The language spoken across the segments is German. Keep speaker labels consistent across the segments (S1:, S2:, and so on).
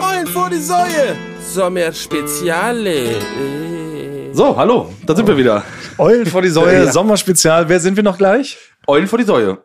S1: rein vor die Säue! Sommer Speziale.
S2: So, hallo, da sind wir wieder.
S3: Eulen vor die Säule,
S2: Äh, Ja.
S3: Sommerspezial. Wer sind wir noch gleich?
S2: Eulen vor die Säue.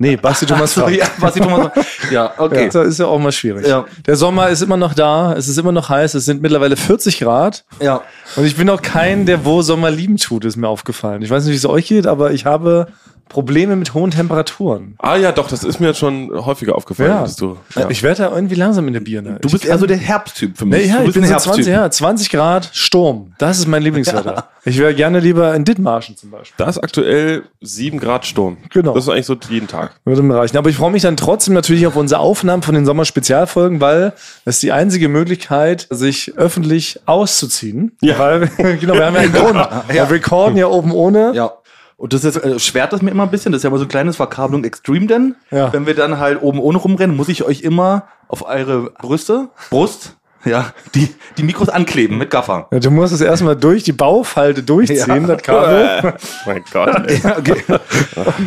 S3: Nee, Basti Thomas Frank.
S2: ja, was ich Thomas Ja, okay.
S3: Ja, Das ist ja auch mal schwierig.
S2: Ja.
S3: Der Sommer ist immer noch da, es ist immer noch heiß, es sind mittlerweile 40 Grad.
S2: Ja.
S3: Und ich bin auch kein, der wo Sommer lieben tut, ist mir aufgefallen. Ich weiß nicht, wie es euch geht, aber ich habe Probleme mit hohen Temperaturen.
S1: Ah ja, doch, das ist mir jetzt schon häufiger aufgefallen, dass du. Ja.
S3: Ich werde da irgendwie langsam in der Birne.
S2: Du bist eher so der Herbsttyp für mich.
S3: Nee, ja,
S2: du
S3: ich
S2: bist
S3: bin
S2: ein
S3: so 20, ja, 20 Grad Sturm. Das ist mein Lieblingswetter. Ich wäre gerne lieber in Dithmarschen zum Beispiel.
S1: Da ist aktuell 7 Grad Sturm.
S3: Genau.
S1: Das ist eigentlich so jeden Tag.
S3: Würde mir reichen. Aber ich freue mich dann trotzdem natürlich auf unsere Aufnahmen von den Sommerspezialfolgen, weil das ist die einzige Möglichkeit, sich öffentlich auszuziehen.
S1: Ja.
S3: Weil, genau, wir haben ja einen Grund. Wir recorden ja oben ohne.
S2: Ja. Und das ist, äh, schwert das mir immer ein bisschen. Das ist ja immer so ein kleines Verkabelung Extreme denn.
S3: Ja.
S2: Wenn wir dann halt oben ohne rumrennen, muss ich euch immer auf eure Brüste, Brust, ja, die, die Mikros ankleben mit Gaffer.
S3: Ja, Du musst es erstmal durch die Baufalte durchziehen,
S2: Ja.
S3: das Kabel.
S1: mein Gott. ey.
S2: Ja, okay. Aber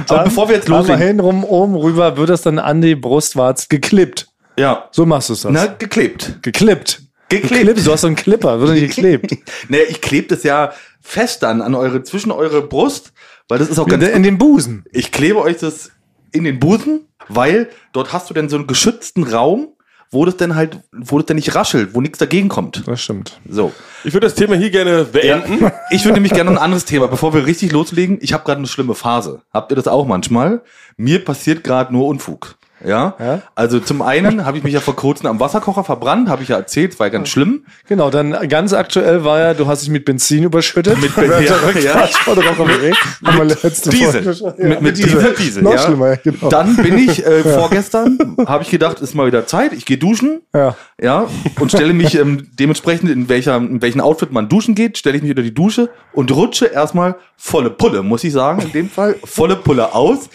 S3: Dann
S2: bevor wir jetzt
S3: einmal
S2: loslegen.
S3: hin, rum, oben, rüber, wird das dann an die Brustwarze geklippt.
S2: Ja.
S3: So machst du es dann.
S2: Na, geklebt.
S3: Geklippt.
S2: Geklebt.
S3: Du hast so einen Clipper, wird nicht geklebt.
S2: Naja, ich klebe das ja fest dann an eure, zwischen eure Brust, weil das ist auch
S3: In,
S2: ganz
S3: de- in den Busen.
S2: Ich klebe euch das in den Busen, weil dort hast du dann so einen geschützten Raum, wo das dann halt, wo das dann nicht raschelt, wo nichts dagegen kommt.
S3: Das stimmt.
S2: So. Ähm,
S1: Ich würde das Thema hier gerne beenden.
S2: Ich würde nämlich gerne noch ein anderes Thema, bevor wir richtig loslegen. Ich habe gerade eine schlimme Phase. Habt ihr das auch manchmal? Mir passiert gerade nur Unfug. Ja?
S3: Ja.
S2: Also zum einen habe ich mich ja vor kurzem am Wasserkocher verbrannt, habe ich ja erzählt, war ja ganz schlimm.
S3: Genau, dann ganz aktuell war ja, du hast dich mit Benzin überschüttet. Mit
S2: Benzin, ja. Ja.
S3: Ich war darauf geredet. Haben wir letzte
S2: Diesel.
S3: Folge schon- Ja,
S2: mit, mit Diesel. Diesel
S3: Noch schlimmer, ja, genau.
S2: Dann bin ich äh, vorgestern, habe ich gedacht, ist mal wieder Zeit. Ich gehe duschen.
S3: Ja.
S2: Ja, und stelle mich ähm, dementsprechend, in, welcher, in welchem Outfit man duschen geht, stelle ich mich unter die Dusche und rutsche erstmal volle Pulle, muss ich sagen, in dem Fall, volle Pulle aus.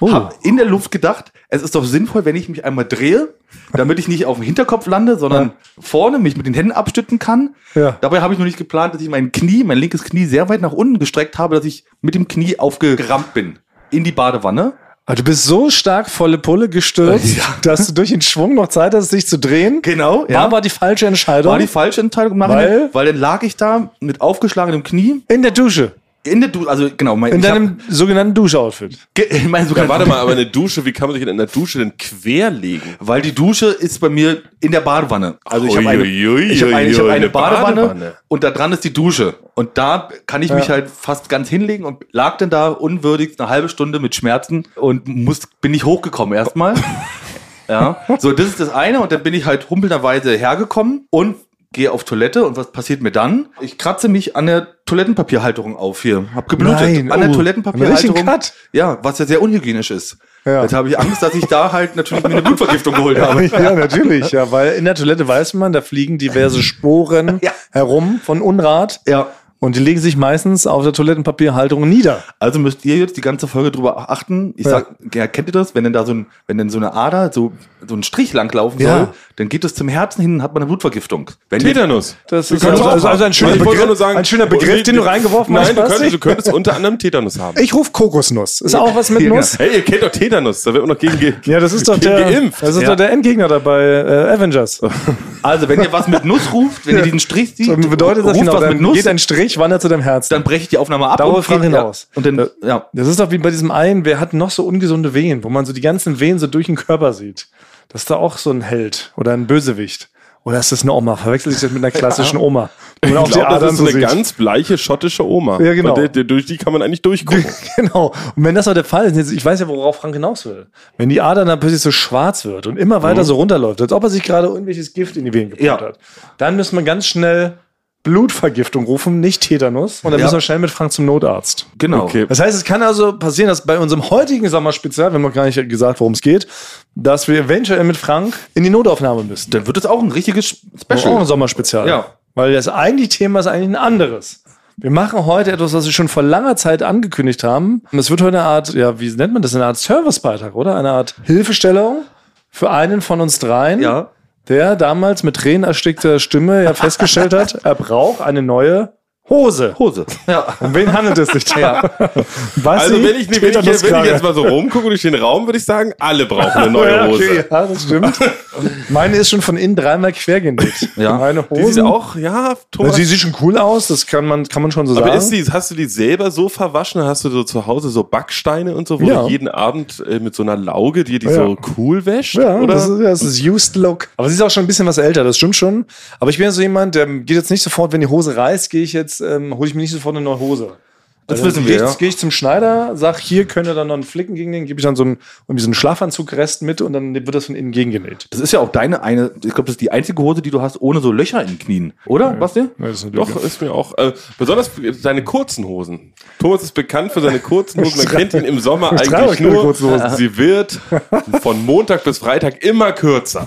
S2: Hab in der Luft gedacht, es ist doch sinnvoll, wenn ich mich einmal drehe, damit ich nicht auf dem Hinterkopf lande, sondern vorne mich mit den Händen abstützen kann.
S3: Ja.
S2: Dabei habe ich noch nicht geplant, dass ich mein Knie, mein linkes Knie sehr weit nach unten gestreckt habe, dass ich mit dem Knie aufgerammt bin. In die Badewanne.
S3: Aber Ah, du bist so stark volle Pulle gestürzt,
S2: Ja.
S3: dass du durch den Schwung noch Zeit hast, dich zu drehen.
S2: Genau,
S3: War aber die falsche Entscheidung.
S2: War die falsche Entscheidung im Nachhinein, weil,
S3: Weil?
S2: dann lag ich da mit aufgeschlagenem Knie
S3: in der Dusche.
S2: in der Dusche, also genau, mein,
S3: In
S2: ich
S3: deinem sogenannten Duschoutfit.
S2: hab, ge- mein sogar,
S1: Ja, warte mal, aber eine Dusche, wie kann man sich denn in der Dusche denn querlegen?
S2: weil die Dusche ist bei mir in der Badewanne. Also ich habe eine,
S1: Uiuiui,
S2: ich hab eine, ich hab eine
S1: eine
S2: Badewanne,
S1: Badewanne.
S2: und da dran ist die Dusche und da kann ich mich halt fast ganz hinlegen und lag dann da unwürdig eine halbe Stunde mit Schmerzen und muss, bin nicht hochgekommen erstmal. ja, so das ist das eine und dann bin ich halt humpelnderweise hergekommen und gehe auf Toilette und was passiert mir dann? Ich kratze mich an der Toilettenpapierhalterung auf hier. Hab geblutet
S3: Nein,
S2: an der
S3: oh, einen
S2: Toilettenpapierhalterung.
S3: richtigen Cut.
S2: Ja, was ja sehr unhygienisch ist.
S3: Ja.
S2: Jetzt habe ich Angst, dass ich da halt natürlich mir eine Blutvergiftung geholt habe.
S3: Ja, natürlich. Ja, weil in der Toilette weiß man, da fliegen diverse Sporen
S2: Ja.
S3: herum von Unrat.
S2: Ja.
S3: Und die legen sich meistens auf der Toilettenpapierhalterung nieder.
S2: Also müsst ihr jetzt die ganze Folge drüber achten. Ich
S3: Ja.
S2: sag, ja, kennt ihr das? Wenn denn da so ein, wenn denn so eine Ader, so, so ein Strich lang laufen
S3: Ja.
S2: soll, dann geht es zum Herzen hin und hat man eine Blutvergiftung. Wenn ihr-
S1: Tetanus.
S3: Das
S1: Wir
S3: ist
S1: können
S3: also-
S1: es auch
S3: also- also
S1: haben.
S3: ein schöner
S1: Ich wollte
S3: Begriff-
S1: nur sagen,
S3: ein schöner Begriff, den du reingeworfen
S1: nein,
S3: hast,
S1: Nein, du
S3: Basti.
S1: könntest, du könntest unter anderem Tetanus haben.
S3: Ich rufe Kokosnuss. Ist auch was mit
S2: Ja.
S3: Nuss?
S1: Hey, ihr kennt doch Tetanus, da wird man noch gegen ge
S3: Ja, das ist doch
S1: gegen
S3: der,
S1: geimpft.
S3: Das ist doch der Endgegner dabei, äh, Avengers.
S2: also wenn ihr was mit Nuss ruft, wenn ihr diesen Strich sieht,
S3: Und bedeutet das
S2: ruft
S3: genau,
S2: was mit
S3: dann
S2: Nuss,
S3: geht ein Strich, wandert zu deinem Herzen.
S2: dann breche ich die Aufnahme ab.
S3: Darauf
S2: geht-
S3: hinaus.
S2: Ja, und dann,
S3: Äh,
S2: ja.
S3: das ist doch wie bei diesem einen, wer hat noch so ungesunde Wehen, wo man so die ganzen Wehen so durch den Körper sieht. Das ist da auch so ein Held oder ein Bösewicht. Oder ist das eine Oma? Verwechselt sich das mit einer klassischen Oma? wo man auch
S1: Ich glaube, das ist so eine
S3: sieht.
S1: ganz bleiche schottische Oma.
S3: Ja, genau.
S1: Und der- durch die kann man eigentlich durchgucken.
S3: Genau. Und wenn das noch der Fall ist, jetzt, ich weiß ja, worauf Frank hinaus will. Wenn die Ader dann plötzlich so schwarz wird und immer weiter so runterläuft, als ob er sich gerade irgendwelches Gift in die Venen gepumpt
S2: Mhm. Ja.
S3: hat, dann müssen wir ganz schnell Blutvergiftung rufen, nicht Tetanus. Und dann
S2: Ja.
S3: müssen wir schnell mit Frank zum Notarzt.
S2: Genau.
S1: Okay.
S3: Das heißt, es kann also passieren, dass bei unserem heutigen Sommerspezial, wir haben noch gar nicht gesagt, worum es geht, dass wir eventuell mit Frank in die Notaufnahme müssen.
S2: Dann wird es auch ein richtiges
S3: Auch ein
S2: Special.
S3: Sommerspezial.
S2: Ja.
S3: Weil das eigentliche Thema ist eigentlich ein anderes. Wir machen heute etwas, was wir schon vor langer Zeit angekündigt haben. Und Es wird heute eine Art, ja, wie nennt man das? Eine Art Servicebeitrag, oder? Eine Art Hilfestellung für einen von uns dreien,
S2: Ja.
S3: der damals mit tränenerstickter Stimme ja festgestellt hat, er braucht eine neue Hose.
S2: Hose. Ja.
S3: Um wen handelt es sich da? Was
S1: Also
S3: sie-
S1: wenn ich, wenn, ich, wenn ich
S3: Tetanuskralle.
S1: jetzt mal so rumgucke durch den Raum, würde ich sagen, alle brauchen eine neue
S3: Ja,
S1: Hose.
S3: Okay, ja, das stimmt. Meine ist schon von innen dreimal quer genäht.
S2: Ja.
S3: Meine
S1: Die sieht
S3: Hose.
S1: auch, ja,
S3: Also,
S1: Thomas.
S3: die sieht schon cool aus, das kann man, kann man schon so
S1: aber
S3: sagen.
S1: ist die, hast du die selber so verwaschen? Hast du so zu Hause so Backsteine und so, wo
S3: Ja.
S1: du jeden Abend äh, mit so einer Lauge dir die
S3: Ja.
S1: so cool wäscht?
S3: ja,
S1: oder?
S3: Das, ist, ja, das ist used look. Aber sie ist auch schon ein bisschen was älter, das stimmt schon. Aber ich bin ja so jemand, der geht jetzt nicht sofort, wenn die Hose reißt, gehe ich jetzt, ähm, hole ich mir nicht sofort eine neue Hose.
S2: Das
S3: Also,
S2: wissen
S3: gehe
S2: wir,
S3: ich-
S2: ja.
S3: Gehe ich zum Schneider, sag, hier könnte dann noch einen Flicken gegen den, gebe ich dann so einen, irgendwie so einen Schlafanzugrest mit und dann wird das von innen gegengenäht.
S2: Das ist ja auch deine eine, ich glaube, das ist die einzige Hose, die du hast, ohne so Löcher in den Knien. Oder, Basti?
S1: Doch, ist mir auch. Äh, besonders seine kurzen Hosen. Thomas ist bekannt für seine kurzen Hosen. Man kennt ihn im Sommer
S3: Ich trage
S1: eigentlich
S3: keine
S1: nur.
S3: kurzen Hosen.
S1: Sie wird von Montag bis Freitag immer kürzer.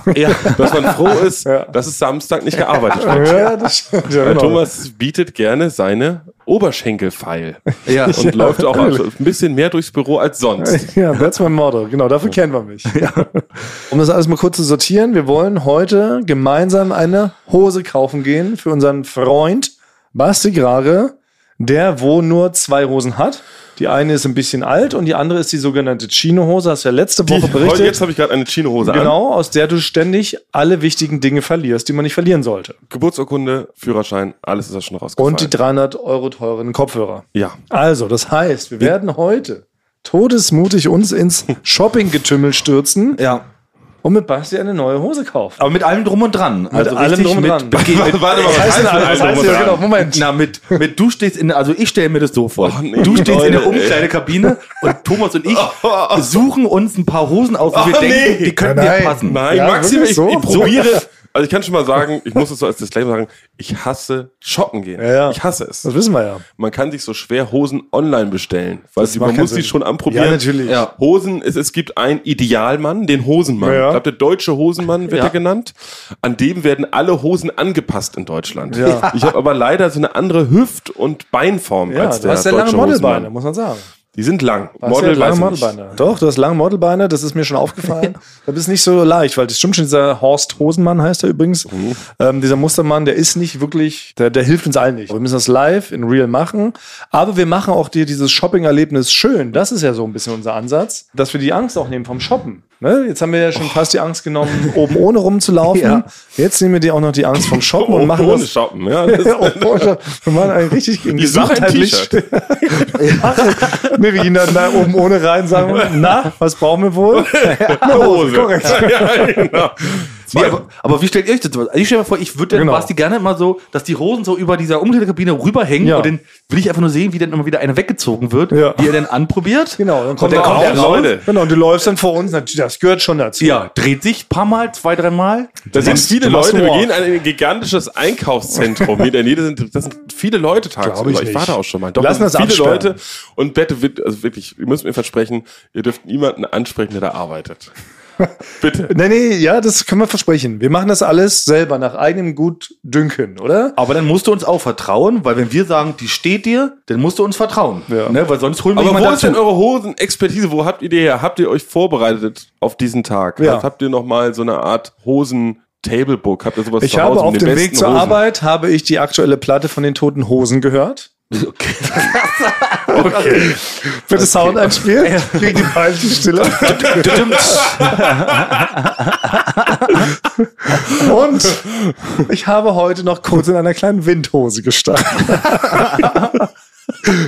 S1: Dass man froh ist,
S3: Ja.
S1: dass es Samstag nicht gearbeitet wird.
S3: Ja, das stimmt. Ja,
S1: Weil
S3: genau.
S1: Thomas bietet gerne seine Oberschenkel feil
S2: Ja.
S1: und läuft auch ein bisschen mehr durchs Büro als sonst.
S3: Ja, that's my motto. Genau, dafür kennen wir mich. Um das alles mal kurz zu sortieren, wir wollen heute gemeinsam eine Hose kaufen gehen für unseren Freund Basti Grare, der wo nur zwei Hosen hat. Die eine ist ein bisschen alt und die andere ist die sogenannte Chino-Hose, hast du ja letzte Woche
S1: Heute,
S3: berichtet.
S1: jetzt habe ich gerade eine Chinohose an.
S3: Genau, aus der du ständig alle wichtigen Dinge verlierst, die man nicht verlieren sollte.
S1: Geburtsurkunde, Führerschein, alles ist ja schon rausgefallen.
S3: Und die 300 Euro teuren Kopfhörer.
S1: ja.
S3: Also, das heißt, wir werden heute todesmutig uns ins Shopping-Getümmel stürzen
S2: Ja.
S3: und mit Basti eine neue Hose kaufen.
S2: Aber mit allem drum und dran. Also Mit
S3: allem drum und dran.
S1: Warte mal, was heißt denn alles?
S2: drum und
S1: Ja,
S2: dran?
S1: genau,
S3: Moment.
S2: Na, mit, mit du stehst in, also ich stelle mir das so vor.
S1: Oh, nee,
S2: du stehst in der
S1: Leute, ey.
S2: Umkleidekabine und Thomas und ich suchen uns ein paar Hosen aus,
S1: Oh,
S2: und wir denken,
S1: nee.
S2: die könnten
S3: Nein,
S2: dir passen.
S1: Nein,
S3: Ja,
S1: Maxim,
S3: wirklich
S1: ich,
S3: so?
S1: ich probiere. Also ich kann schon mal sagen, ich muss es so als Disclaimer sagen, ich hasse shoppen gehen.
S3: Ja, ja.
S1: Ich hasse es.
S3: Das wissen wir ja.
S1: Man kann sich so schwer Hosen online bestellen. Weil sie,
S3: macht
S1: man
S3: keinen
S1: muss die
S3: Sinn.
S1: schon anprobieren.
S3: Ja, natürlich.
S2: Ja.
S1: Hosen, es, es gibt einen Idealmann, den Hosenmann.
S3: Ja.
S1: Ich glaube, der deutsche Hosenmann wird
S2: Ja.
S1: er genannt. An dem werden alle Hosen angepasst in Deutschland.
S3: Ja.
S1: Ich habe aber leider so eine andere Hüft- und Beinform
S3: Ja,
S1: als
S3: du
S1: der
S3: hast ja
S1: deutsche
S3: lange Modelbeine,
S1: Hosenmann.
S3: muss man sagen.
S1: Die sind lang.
S3: Du hast ja
S1: weiß ich
S3: lange
S1: nicht.
S3: Modelbeine. Doch, du hast lange Modelbeine, das ist mir schon aufgefallen. da bist du nicht so leicht, weil das stimmt schon, dieser Horst Hosenmann heißt er übrigens. Ähm, dieser Mustermann, der ist nicht wirklich, der, der hilft uns allen nicht. Wir müssen das live in real machen, aber wir machen auch dir dieses Shopping-Erlebnis schön. Das ist ja so ein bisschen unser Ansatz, dass wir die Angst auch nehmen vom Shoppen. Ne? Jetzt haben wir ja schon fast die Angst genommen, oben ohne rumzulaufen.
S2: Ja.
S3: Jetzt nehmen wir dir auch noch die Angst vom Shoppen und machen
S1: ohne
S3: das.
S1: shoppen. Oh, Ja, das
S3: Ja, oh, Porsche. Wir machen einen richtig
S1: Ich suche ein
S3: gesamtheitlich- Nee, wir gehen dann da oben ohne rein, sagen wir, na, was brauchen wir wohl?
S1: eine Hose.
S3: korrekt.
S1: Ja, genau.
S2: Nee, aber, aber wie stellt ihr euch das vor? Also Ich stelle mir vor, ich würde
S3: Genau.
S2: genau. Basti gerne mal so, dass die Hosen so über dieser Umkleidekabine rüberhängen
S3: Ja.
S2: und dann will ich einfach nur sehen, wie dann immer wieder eine weggezogen wird,
S3: Ja.
S2: die er dann anprobiert.
S3: Genau, dann kommt
S2: Und
S3: der
S2: dann
S3: kommt
S2: kommt er
S3: der raus.
S2: raus.
S1: Leute.
S3: Genau, und du läufst dann vor uns, natürlich, das gehört schon dazu.
S2: Ja, dreht sich ein paar Mal, zwei, dreimal.
S1: Da sind
S3: machst-
S1: viele
S3: du machst
S1: Leute, wir
S3: Humor.
S1: gehen an ein gigantisches Einkaufszentrum. Hier in der Nähe sind, das sind viele Leute tagsüber.
S3: ich
S1: Ich, war
S3: nicht.
S1: da auch schon mal.
S3: Lassen
S1: sind
S3: das
S1: viele
S3: absperren.
S1: Leute. Und bitte, wir- also wirklich, ihr müsst mir versprechen, ihr dürft niemanden ansprechen, der da arbeitet. Bitte.
S3: Nee, nee, ja, das können wir versprechen. Wir machen das alles selber nach eigenem Gutdünken, oder?
S2: Aber dann musst du uns auch vertrauen, weil wenn wir sagen, die steht dir, dann musst du uns vertrauen.
S3: Ja.
S2: Ne? Weil sonst holen wir
S1: Aber wo
S2: jemanden
S1: ist denn eure Hosenexpertise? Wo habt ihr die her? Habt ihr euch vorbereitet auf diesen Tag?
S3: Ja.
S1: Ja. Habt ihr nochmal so eine Art Hosen Tablebook? Habt ihr sowas
S3: Ich
S1: zu
S3: habe
S1: Hause
S3: auf
S1: mit den
S3: dem Weg
S1: besten
S3: zur
S1: Hosen?
S3: Arbeit habe ich die aktuelle Platte von den Toten Hosen gehört. Okay. Bitte Sound einspielen. Krieg die peinliche Stille. Und ich habe heute noch kurz in einer kleinen Windhose gestanden.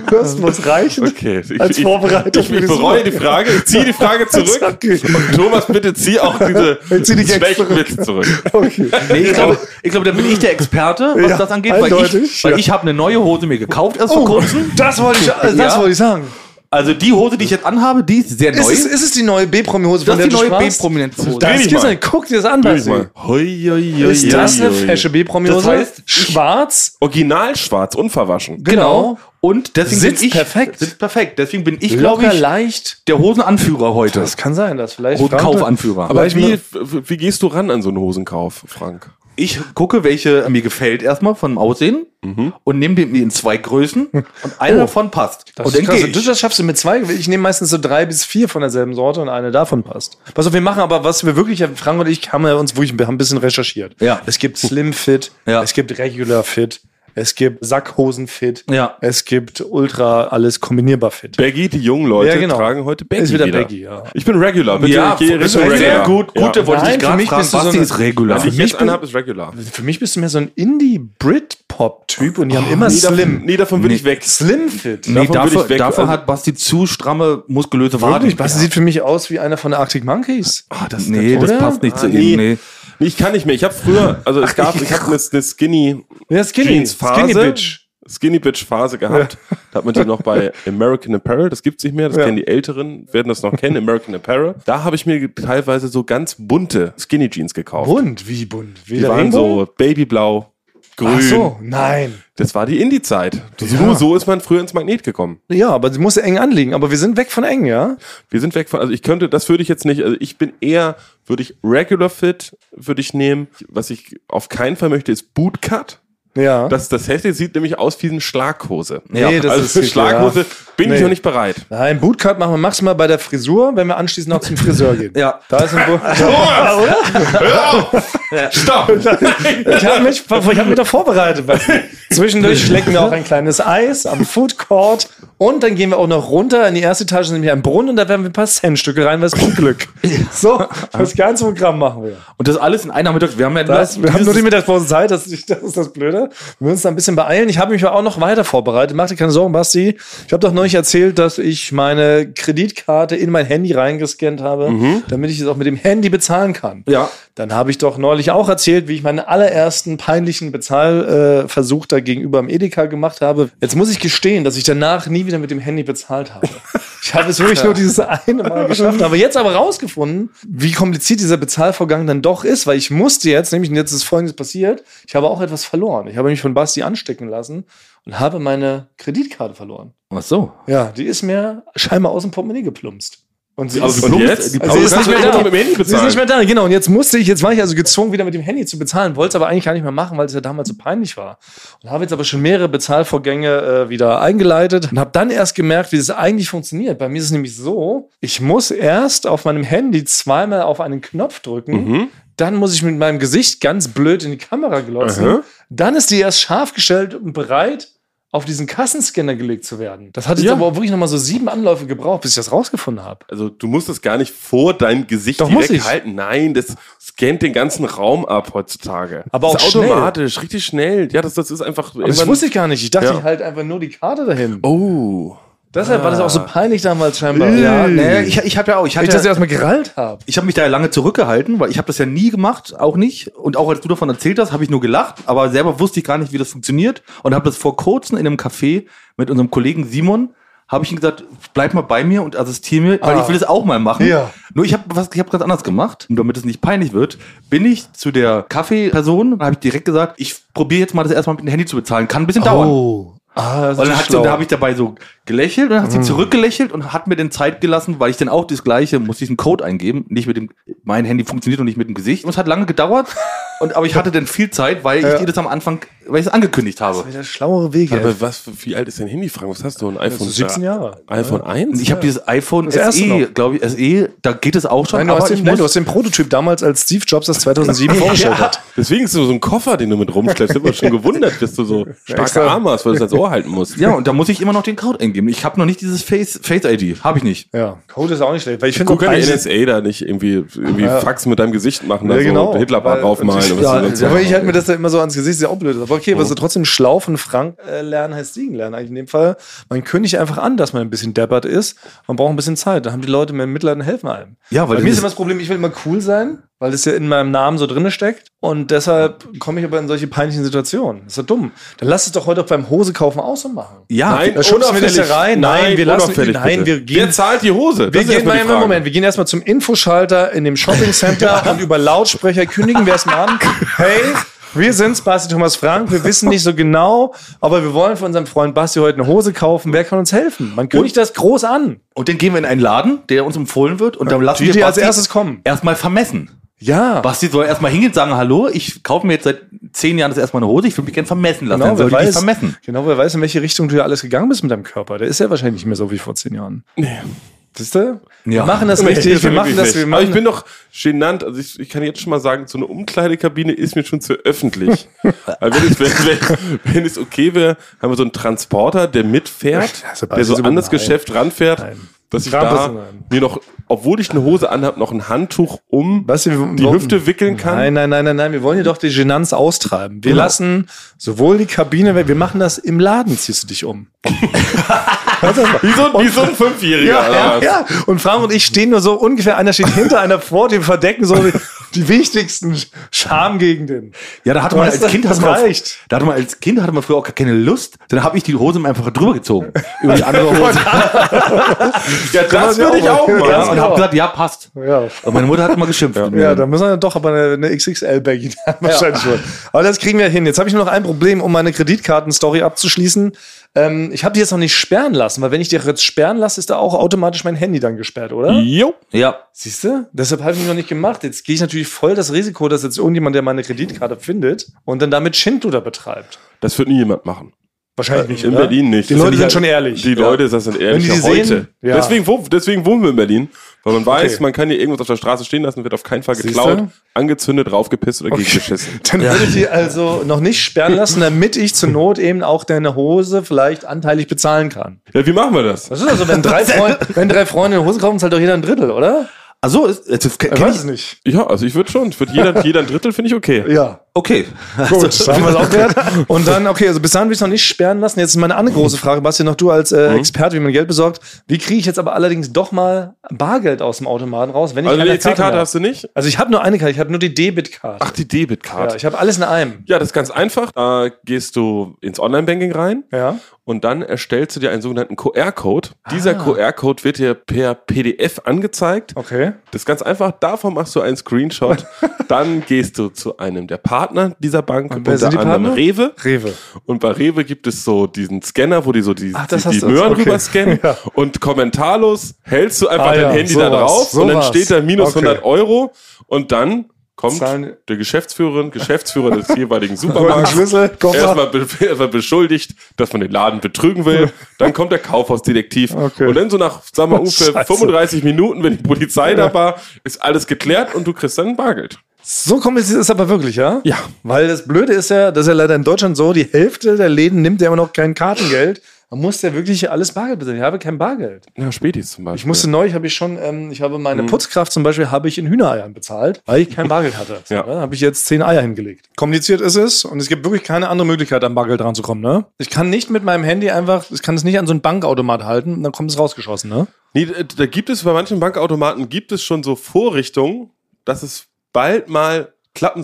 S3: Das muss reichen.
S1: Okay, ich,
S3: Als
S1: ich,
S3: Vorbereitung
S1: ich,
S3: für
S1: ich
S3: das
S1: bereue die Frage, ich ziehe die Frage zurück.
S3: Okay.
S1: Und Thomas, bitte zieh auch diese
S3: Ich zieh die Gags
S1: schlechten
S3: zurück.
S1: Witze zurück.
S3: Okay.
S2: Nee, ich glaube, ich glaube, da bin ich der Experte, was
S3: Ja,
S2: das angeht, weil
S3: eindeutig,
S2: ich, weil
S3: ja.
S2: ich habe eine neue Hose mir gekauft erst vor
S3: Oh,
S2: kurzem.
S3: das wollte ich, das
S2: Ja.
S3: wollte ich sagen.
S2: Also die Hose, die ich jetzt anhabe, die ist sehr
S3: Ist
S2: neu.
S3: es, ist es die neue B-Promi-Hose,
S2: das
S3: von
S2: ist
S3: der
S2: die
S3: du
S2: neue
S3: sprachst?
S2: B-Prominenz-Hose.
S1: Dreh
S3: Das
S1: dich
S3: gibt's
S1: mal.
S3: nicht. Guck dir das an,
S1: Hoi,
S3: Basti.
S1: hoi, hoi,
S3: Ist das
S1: hoi,
S3: eine
S1: hoi.
S3: fesche B-Promi-Hose?
S2: Das heißt, ich-
S3: schwarz,
S1: Original schwarz, unverwaschen.
S2: Genau. Und deswegen
S3: Sitzt
S2: bin ich
S3: perfekt.
S2: Sitzt perfekt. Deswegen bin ich, glaube
S3: locker,
S2: ich,
S3: leicht.
S2: der Hosenanführer heute.
S3: Das kann sein, dass vielleicht...
S2: Hosenkaufanführer. Ne?
S1: Aber
S3: Gleich
S1: wie,
S3: mal-
S1: wie gehst du ran an so einen Hosenkauf, Frank?
S2: ich gucke, welche mir gefällt erstmal vom Aussehen
S3: Mhm.
S2: und nehme die in zwei Größen und eine davon passt.
S3: Oh. Das,
S2: und
S3: ist
S2: dann
S3: krass.
S2: gehe
S3: Du,
S2: ich.
S3: das schaffst du mit zwei. Ich nehme meistens so drei bis vier von derselben Sorte und eine davon passt. Pass auf, wir machen aber, was wir wirklich, Frank und ich haben ja uns, wo ich, wir haben ein bisschen recherchiert.
S2: Ja.
S3: Es gibt Slim Fit,
S2: Ja.
S3: es gibt Regular Fit, es gibt Sackhosenfit,
S2: Ja.
S3: es gibt ultra alles kombinierbar fit.
S1: Baggy, die jungen Leute
S3: Ja, genau.
S1: tragen heute Baggy.
S3: Ist wieder Baggy, ja.
S1: Ich bin Regular, bitte.
S2: Ja,
S1: ich gehe
S2: ist
S1: Richtung
S2: sehr
S1: Regular.
S2: gut.
S1: Ja.
S2: Gute, wollte
S3: Nein,
S2: ich dich gerade
S3: für mich
S2: fragen.
S3: bist du so
S2: Basti
S3: eine-
S2: ist regular.
S1: Was Also ich
S3: für mich
S1: jetzt anhabe, ist Regular.
S3: Für mich bist du mehr so ein Indie-Brit-Pop-Typ und die haben immer
S1: Nee, davon-
S3: Slim.
S1: Nee, davon bin ich weg.
S3: Slim fit.
S2: Nee,
S1: Davon will
S2: dafür,
S1: ich weg.
S2: dafür
S1: Also-
S2: hat Basti zu stramme, muskulöse Waden.
S3: Wirklich, Basti sieht für mich aus wie einer von den Arctic Monkeys.
S2: Ah, das, nee,
S3: Oder?
S2: das passt nicht zu
S1: Ah,
S2: ihm.
S1: nee.
S2: Nee.
S1: Nee, ich kann nicht mehr. Ich habe früher, also es gab, ich habe eine, eine Skinny
S3: Ja, Skinny.
S1: Jeans Phase,
S3: Skinny Bitch.
S1: Skinny Bitch Phase gehabt. Da hat man die noch bei American Apparel, das gibt's nicht mehr, das
S3: Ja.
S1: kennen die Älteren, werden das noch kennen, American Apparel. Da habe ich mir teilweise so ganz bunte Skinny Jeans gekauft.
S3: Bunt, wie bunt. Wie
S1: Die waren so babyblau, grün.
S3: Ach so, nein.
S1: Das war die Indie-Zeit. Das-
S3: Ja.
S1: Nur so ist man früher ins Magnet gekommen.
S3: Ja, aber sie muss eng anliegen. Aber wir sind weg von eng, ja?
S1: Wir sind weg von, also ich könnte, das würde ich jetzt nicht, also ich bin eher, würde ich Regular Fit, würde ich nehmen. Was ich auf keinen Fall möchte, ist Bootcut.
S3: Ja.
S1: Das, das Heft sieht nämlich aus wie eine Schlaghose.
S3: Nee, das
S1: also
S3: ist
S1: für
S3: nicht-
S1: Schlaghose
S3: ja.
S1: bin ich
S3: Nee.
S1: noch nicht bereit.
S3: nein, Bootcut machen wir maximal bei der Frisur, wenn wir anschließend noch zum Friseur gehen.
S2: Ja.
S3: Da ist ein Bootcut.
S1: Stopp!
S3: Ich habe mich, ich hab mich da vorbereitet. Weißt du. Zwischendurch schlecken wir auch ein kleines Eis am Food Court. Und dann gehen wir auch noch runter in die erste Etage, nämlich einen Brunnen, und da werden wir ein paar Centstücke rein, weil es gut Glück. So, das ganze Programm machen wir.
S2: Und das alles in einer Mittag. Wir haben ja
S3: Das, wir haben nur die
S2: dieses-
S3: Mittagspause Zeit, das, ist- das ist das Blöde. Wir müssen uns da ein bisschen beeilen. Ich habe mich auch noch weiter vorbereitet. Mach dir keine Sorgen, Basti. Ich habe doch neulich erzählt, dass ich meine Kreditkarte in mein Handy reingescannt habe, damit ich es auch mit dem Handy bezahlen kann.
S2: Ja.
S3: Dann habe ich doch neulich auch erzählt, wie ich meinen allerersten peinlichen Bezahlversuch da gegenüber am Edeka gemacht habe. Jetzt muss ich gestehen, dass ich danach nie wieder mit dem Handy bezahlt habe. Ich habe es wirklich nur dieses eine Mal geschafft. Aber jetzt aber rausgefunden, wie kompliziert dieser Bezahlvorgang dann doch ist, weil ich musste jetzt, nämlich und jetzt ist Folgendes passiert, ich habe auch etwas verloren. Ich habe mich von Basti anstecken lassen und habe meine Kreditkarte verloren.
S2: Ach so.
S3: Ja, die ist mir scheinbar aus dem Portemonnaie geplumpst. Und sie
S1: Aber
S3: ist,
S1: Also und
S3: Plumps-
S1: jetzt?
S3: Also Die
S1: Aber
S3: sie
S1: du
S3: ist
S1: kannst
S3: nicht mehr
S1: doch
S3: da.
S1: immer mit dem Handy
S3: sie ist
S1: bezahlen.
S3: nicht mehr da, genau. Und jetzt musste ich, jetzt war ich also gezwungen, wieder mit dem Handy zu bezahlen, wollte es aber eigentlich gar nicht mehr machen, weil es ja damals so peinlich war. Und habe jetzt aber schon mehrere Bezahlvorgänge äh, wieder eingeleitet und habe dann erst gemerkt, wie das eigentlich funktioniert. Bei mir ist es nämlich so, ich muss erst auf meinem Handy zweimal auf einen Knopf drücken,
S1: Mhm.
S3: dann muss ich mit meinem Gesicht ganz blöd in die Kamera glotzen,
S1: Aha.
S3: dann ist die erst scharf gestellt und bereit, auf diesen Kassenscanner gelegt zu werden. Das hat jetzt
S1: Ja.
S3: aber auch wirklich nochmal so sieben Anläufe gebraucht, bis ich das rausgefunden habe.
S1: Also du musst das gar nicht vor dein Gesicht
S3: Doch, muss
S1: direkt
S3: ich.
S1: halten. Nein, das scannt den ganzen Raum ab heutzutage.
S3: Aber
S1: das
S3: auch
S1: ist
S3: schnell.
S1: automatisch, richtig schnell. Ja, das, das ist einfach.
S3: Aber das wusste ich gar nicht. Ich dachte,
S1: Ja.
S3: ich halt einfach nur die Karte dahin.
S1: Oh.
S3: Deshalb war das auch so peinlich damals scheinbar.
S2: Ja,
S3: Weil
S2: nee, ich, ich habe ja auch. Ich,
S3: Ah. ich
S2: hatte,
S3: das erstmal gerallt habe.
S2: ich habe mich da ja lange zurückgehalten, weil ich habe das ja nie gemacht, auch nicht. Und auch als du davon erzählt hast, habe ich nur gelacht, aber selber wusste ich gar nicht, wie das funktioniert. Und habe das vor kurzem in einem Café mit unserem Kollegen Simon, habe ich ihm gesagt, bleib mal bei mir und assistiere mir, weil
S3: Ah.
S2: ich will es auch mal machen.
S3: Ja.
S2: Nur ich habe was, ich habe ganz anders gemacht, und damit es nicht peinlich wird, bin ich zu der Kaffeeperson, habe ich direkt gesagt, ich probiere jetzt mal das erstmal mit dem Handy zu bezahlen. Kann ein bisschen dauern.
S3: Oh. Ah, das
S2: Und dann
S3: ist
S2: hat sie,
S3: schlau. Mhm.
S2: da habe ich dabei so gelächelt und dann hat sie zurückgelächelt und hat mir den Zeit gelassen, weil ich dann auch das gleiche, musste ich einen Code eingeben, nicht mit dem, mein Handy funktioniert und nicht mit dem Gesicht. Und es hat lange gedauert, und, aber ich hatte dann viel Zeit, weil
S3: Ja.
S2: ich ihr das am Anfang, weil ich es angekündigt habe.
S3: wieder schlauere Wege.
S1: Aber was, wie alt ist dein Handy, Frank? Was hast du? Ein iPhone?
S3: so 17 Jahre.
S1: iPhone 1?
S2: Ich habe dieses iPhone
S3: Das erste
S2: SE,
S3: noch.
S2: glaube ich, SE, da geht es auch schon,
S3: Nein, du, hast
S2: ich
S3: den, nein, du hast den Prototyp damals, als Steve Jobs das 2007 vorgestellt hat.
S1: Deswegen ist so ein Koffer, den du mit rumschleppst. Ich habe schon gewundert, dass du so starke
S3: extra.
S1: Arme hast, weil du es ans Ohr halten musst.
S2: ja, und da muss ich immer noch den Code eingeben. Ich habe noch nicht dieses Face, Face ID, habe ich nicht.
S3: Ja, Code ist auch nicht schlecht. Weil ich finde
S1: Guck an die NSA da nicht irgendwie, irgendwie Fax mit deinem Gesicht machen, da
S3: Ja, genau.
S1: so ne? Hitlerbart
S3: Weil-
S1: draufmalen. oder
S3: Ja,
S1: was du sonst
S3: aber
S1: noch-
S3: ich halte mir das da immer so ans Gesicht, ist ja auch blöd. Aber okay, aber es ist trotzdem schlau von Frank äh, lernen heißt siegen lernen. Eigentlich in dem Fall, man kündigt einfach an, dass man ein bisschen deppert ist. Man braucht ein bisschen Zeit. Dann haben die Leute mehr Mitleid und helfen einem.
S2: Ja, weil
S3: Bei
S2: das
S3: mir ist
S2: ist-
S3: immer das Problem, ich will immer cool sein, weil es ja in meinem Namen so drinne steckt. Und deshalb komme ich aber in solche peinlichen Situationen. Das ist ja dumm. Dann lass es doch heute auch beim Hose kaufen auch so machen.
S2: Ja,
S1: Nein,
S3: Da schubsen wir das ja
S1: unauffällig.
S3: rein. Äh, Nein, wir lassen-
S1: unauffällig,
S3: nein,
S1: bitte.
S3: wir gehen-
S1: Wer zahlt die Hose?
S3: Wir
S1: Das ist
S3: gehen
S1: erstmal
S3: mal
S1: die
S3: im
S1: Frage.
S3: Moment, wir gehen erstmal zum Infoschalter in dem Shopping Center und über Lautsprecher kündigen wir erstmal an. Hey, wir sind's, Basti Thomas Frank. Wir wissen nicht so genau, aber wir wollen von unserem Freund Basti heute eine Hose kaufen. Wer kann uns helfen? Man kündigt das groß an.
S2: Und dann gehen wir in einen Laden, der uns empfohlen wird, und dann lassen
S3: Die,
S2: wir
S3: die als
S2: Basti
S3: erstes kommen.
S2: erstmal vermessen.
S3: Ja.
S2: Basti soll erstmal hingehen und sagen, hallo, ich kaufe mir jetzt seit zehn Jahren das erstmal eine Hose, ich würde mich gern vermessen lassen.
S3: Genau
S2: dann soll
S3: wer,
S2: ich dich
S3: weiß,
S2: vermessen.
S3: genau, wer weiß, in welche Richtung du ja alles gegangen bist mit deinem Körper. Der ist ja wahrscheinlich nicht mehr so wie vor zehn Jahren. Siehst du? Wir
S2: Ja.
S3: machen das richtig. Wir machen das.
S1: Wirklich
S3: Wir
S1: nicht. Aber ich
S3: machen
S1: bin doch genannt. Also ich, ich kann jetzt schon mal sagen, so eine Umkleidekabine ist mir schon zu öffentlich. Weil wenn, es, wenn, wenn, wenn es okay wäre, haben wir so einen Transporter, der mitfährt,
S3: Also,
S1: der so
S3: also,
S1: an das
S3: nein.
S1: Geschäft ranfährt,
S3: Nein.
S1: dass ich
S3: Trampelst
S1: da
S3: du rein.
S1: mir noch, obwohl ich eine Hose anhab, noch ein Handtuch um
S3: Was, wir
S1: die
S3: wollen-
S1: Hüfte wickeln kann.
S3: Nein, nein, nein, nein, nein. Wir wollen jedoch die Genanz austreiben. Wir
S1: Genau.
S3: lassen sowohl die Kabine, weg- wir machen das im Laden, ziehst du dich um. Warte mal.
S1: Wie so, wie so ein Fünfjähriger.
S3: Ja,
S1: oder
S3: ja,
S1: was?
S3: ja. Und Frank und ich stehen nur so ungefähr, einer steht hinter einer vor, die verdecken so die, die wichtigsten Schamgegenden.
S2: Ja, da hatte man als Kind
S3: das
S2: hatte man auch-
S3: reicht.
S2: da hatte man als Kind hatte man früher auch gar keine Lust. Dann habe ich die Hose einfach drüber gezogen über die andere Hose.
S1: Ja, das würde ich auch machen.
S2: ja, und habe gesagt, Genau. ja passt.
S3: Ja.
S2: Und meine Mutter hat immer geschimpft. mit mir.
S3: Ja, da müssen wir doch aber eine, eine XXL-Baggy wahrscheinlich schon. Aber das kriegen wir hin. Jetzt habe ich nur noch ein Problem, um meine Kreditkarten-Story abzuschließen. Ähm, ich habe die jetzt noch nicht sperren lassen, weil wenn ich die jetzt sperren lasse, ist da auch automatisch mein Handy dann gesperrt, oder?
S1: Jo.
S2: ja.
S3: Siehst du? Deshalb habe ich mich noch nicht gemacht. Jetzt gehe ich natürlich voll das Risiko, dass jetzt irgendjemand, der meine Kreditkarte findet und dann damit Schindluder betreibt.
S1: Das wird nie jemand machen.
S3: Wahrscheinlich nicht.
S1: in
S3: oder?
S1: Berlin nicht.
S3: Die
S1: Das
S3: Leute
S1: ja
S3: sind
S1: nicht-
S3: schon ehrlich.
S1: Die Leute, das sind ehrlich
S3: Wenn die
S1: auch
S3: sie
S1: heute.
S3: sehen, ja.
S1: deswegen, wo, deswegen wohnen wir in Berlin, weil man weiß,
S3: Okay.
S1: man kann hier irgendwas auf der Straße stehen lassen, wird auf keinen Fall
S3: Siehste?
S1: geklaut, angezündet, raufgepisst oder gegengeschissen.
S3: Dann würde ich die also noch nicht sperren lassen, damit ich zur Not eben auch deine Hose vielleicht anteilig bezahlen kann.
S1: Ja, wie machen wir das?
S3: Das ist also, wenn drei, Freund, wenn drei Freunde eine Hose kaufen, zahlt doch jeder ein Drittel, oder?
S2: Also ist, jetzt kenn,
S3: Ich
S2: kenn
S3: weiß
S2: ich,
S3: es nicht.
S1: Ja, also ich würde schon, ich würde jeder, jeder ein Drittel finde ich okay.
S3: Ja.
S2: okay. Also,
S3: Gut, so, haben wir es auch gehört. Und dann, okay, also bis dahin will ich es noch nicht sperren lassen. Jetzt ist meine andere große Frage, Bastian, noch du als äh, Experte, wie man Geld besorgt. Wie kriege ich jetzt aber allerdings doch mal Bargeld aus dem Automaten raus, wenn ich
S1: Also eine
S3: eine Karte
S1: EC-Karte
S3: habe?
S1: hast du nicht?
S3: Also ich habe nur eine Karte, ich habe nur die Debitkarte.
S1: Ach, die
S3: ja,
S1: Debitkarte.
S3: ich habe alles in einem.
S1: Ja, das ist ganz einfach. Da gehst du ins Online-Banking rein
S3: Ja.
S1: und dann erstellst du dir einen sogenannten QR-Code. Dieser
S3: Ah.
S1: QR-Code wird dir per PDF angezeigt.
S3: Okay.
S1: Das ist ganz einfach. Davon machst du einen Screenshot. dann gehst du zu einem der Partner dieser Bank,
S3: wer
S1: unter
S3: sind die
S1: anderem
S3: Partner?
S1: Rewe.
S3: Rewe.
S1: Und bei Rewe gibt es so diesen Scanner, wo die so die,
S3: Ach,
S1: die,
S3: das hast
S1: die
S3: du.
S1: Möhren
S3: Okay.
S1: rüber scannen.
S3: Ja.
S1: Und kommentarlos hältst du einfach
S3: Ah,
S1: dein
S3: ja,
S1: Handy
S3: sowas,
S1: da drauf und dann
S3: sowas.
S1: steht da minus
S3: Okay.
S1: 100 Euro und dann kommt
S3: Zahlen-
S1: der Geschäftsführerin, Geschäftsführer des jeweiligen
S3: Einen
S1: Supermarkts.
S3: Schlüssel, Koffer.
S1: Erstmal, be erstmal beschuldigt, dass man den Laden betrügen will. Dann kommt der Kaufhausdetektiv.
S3: Okay. Oh,
S1: Und dann so nach, sagen wir, ungefähr
S3: Scheiße.
S1: 35 Minuten, wenn die Polizei da war, ist alles geklärt und du kriegst dann Bargeld.
S3: So kompliziert ist es aber wirklich, ja?
S1: Ja.
S3: Weil das Blöde ist ja, das ist ja leider in Deutschland so, die Hälfte der Läden nimmt ja immer noch kein Kartengeld. Man muss ja wirklich alles Bargeld besitzen. Ich habe kein Bargeld.
S1: Na, Spätis zum Beispiel.
S3: Ich musste neu, ich habe ich schon, ähm, ich habe
S2: Mhm.
S3: meine Putzkraft zum Beispiel, habe ich in Hühnereiern bezahlt, weil ich kein Bargeld hatte.
S1: Ja.
S3: Da habe ich jetzt zehn Eier hingelegt. Kompliziert ist es und es gibt wirklich keine andere Möglichkeit, an Bargeld ranzukommen, ne? Ich kann nicht mit meinem Handy einfach, ich kann es nicht an so einen Bankautomat halten und dann kommt es rausgeschossen, ne?
S1: Nee, da- da gibt es bei manchen Bankautomaten gibt es schon so Vorrichtungen, dass es bald mal klappen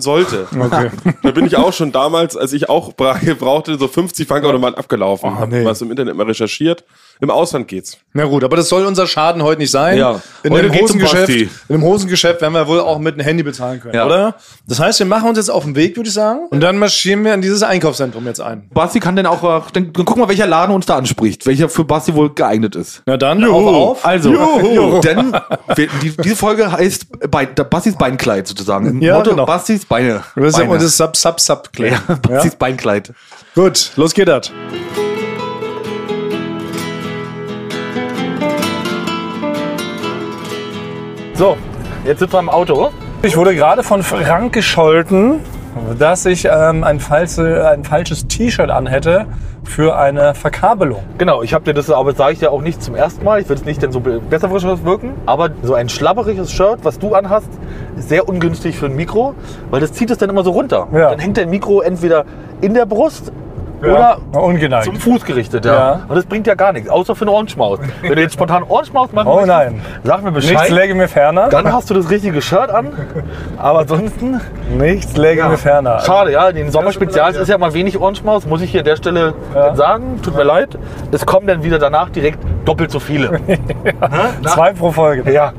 S1: sollte.
S3: Okay.
S1: da bin ich auch schon damals, als ich auch bra- brauchte, so 50 Bankautomaten abgelaufen.
S3: Oh,
S1: hab
S3: nee.
S1: was im Internet mal recherchiert. Im Ausland geht's.
S3: Na gut, aber das soll unser Schaden heute nicht sein.
S2: Ja.
S3: In
S2: Heute
S3: dem
S2: geht's um
S3: Hosengeschäft,
S2: Basti.
S3: in dem Hosengeschäft werden wir wohl auch mit einem Handy bezahlen können,
S2: Ja.
S3: oder? Das heißt, wir machen uns jetzt auf den Weg, würde ich sagen, und dann marschieren wir in dieses Einkaufszentrum jetzt ein.
S2: Basti kann denn auch, äh, dann, dann gucken wir, welcher Laden uns da anspricht, welcher für Basti wohl geeignet ist.
S3: Na dann, auf, auf.
S2: Also,
S3: Juhu.
S2: denn wir, die, diese Folge heißt Bein, da- Bastis Beinkleid sozusagen. Im
S3: Ja,
S2: Motto
S3: genau.
S2: Bastis Beine.
S3: Das ist ja
S2: Beine.
S3: immer das sub sub sub
S2: ja, Bastis Beinkleid.
S3: Gut, los geht das. So, jetzt sind wir im Auto. Ich wurde gerade von Frank gescholten, dass ich ähm, ein, falsche, ein falsches T-Shirt anhätte für eine Verkabelung.
S4: Genau, ich habe dir das, aber sage ich dir auch nicht zum ersten Mal. Ich würde es nicht denn so be- besserwischerisch wirken, aber so ein schlabberiges Shirt, was du anhast, ist sehr ungünstig für ein Mikro, weil das zieht es dann immer so runter.
S3: Ja.
S4: Dann hängt dein Mikro entweder in der Brust
S3: Ja,
S4: oder
S3: ungeneigt.
S4: zum Fuß gerichtet.
S3: Ja.
S4: Und das bringt ja gar nichts, außer für einen Ohrenschmaus. Wenn du jetzt spontan Ohrenschmaus machen
S3: Oh
S4: möchtest,
S3: nein.
S4: sag mir Bescheid.
S3: Nichts läge mir ferner.
S4: dann hast du das richtige Shirt an, aber ansonsten
S3: Nichts läge mir ferner.
S4: Schade, ja. In den Sommerspezials ist ja mal wenig Ohrenschmaus, muss ich hier an der Stelle dann sagen. Tut mir leid. Es kommen dann wieder danach direkt doppelt so viele.
S3: Zwei pro Folge.
S4: ja.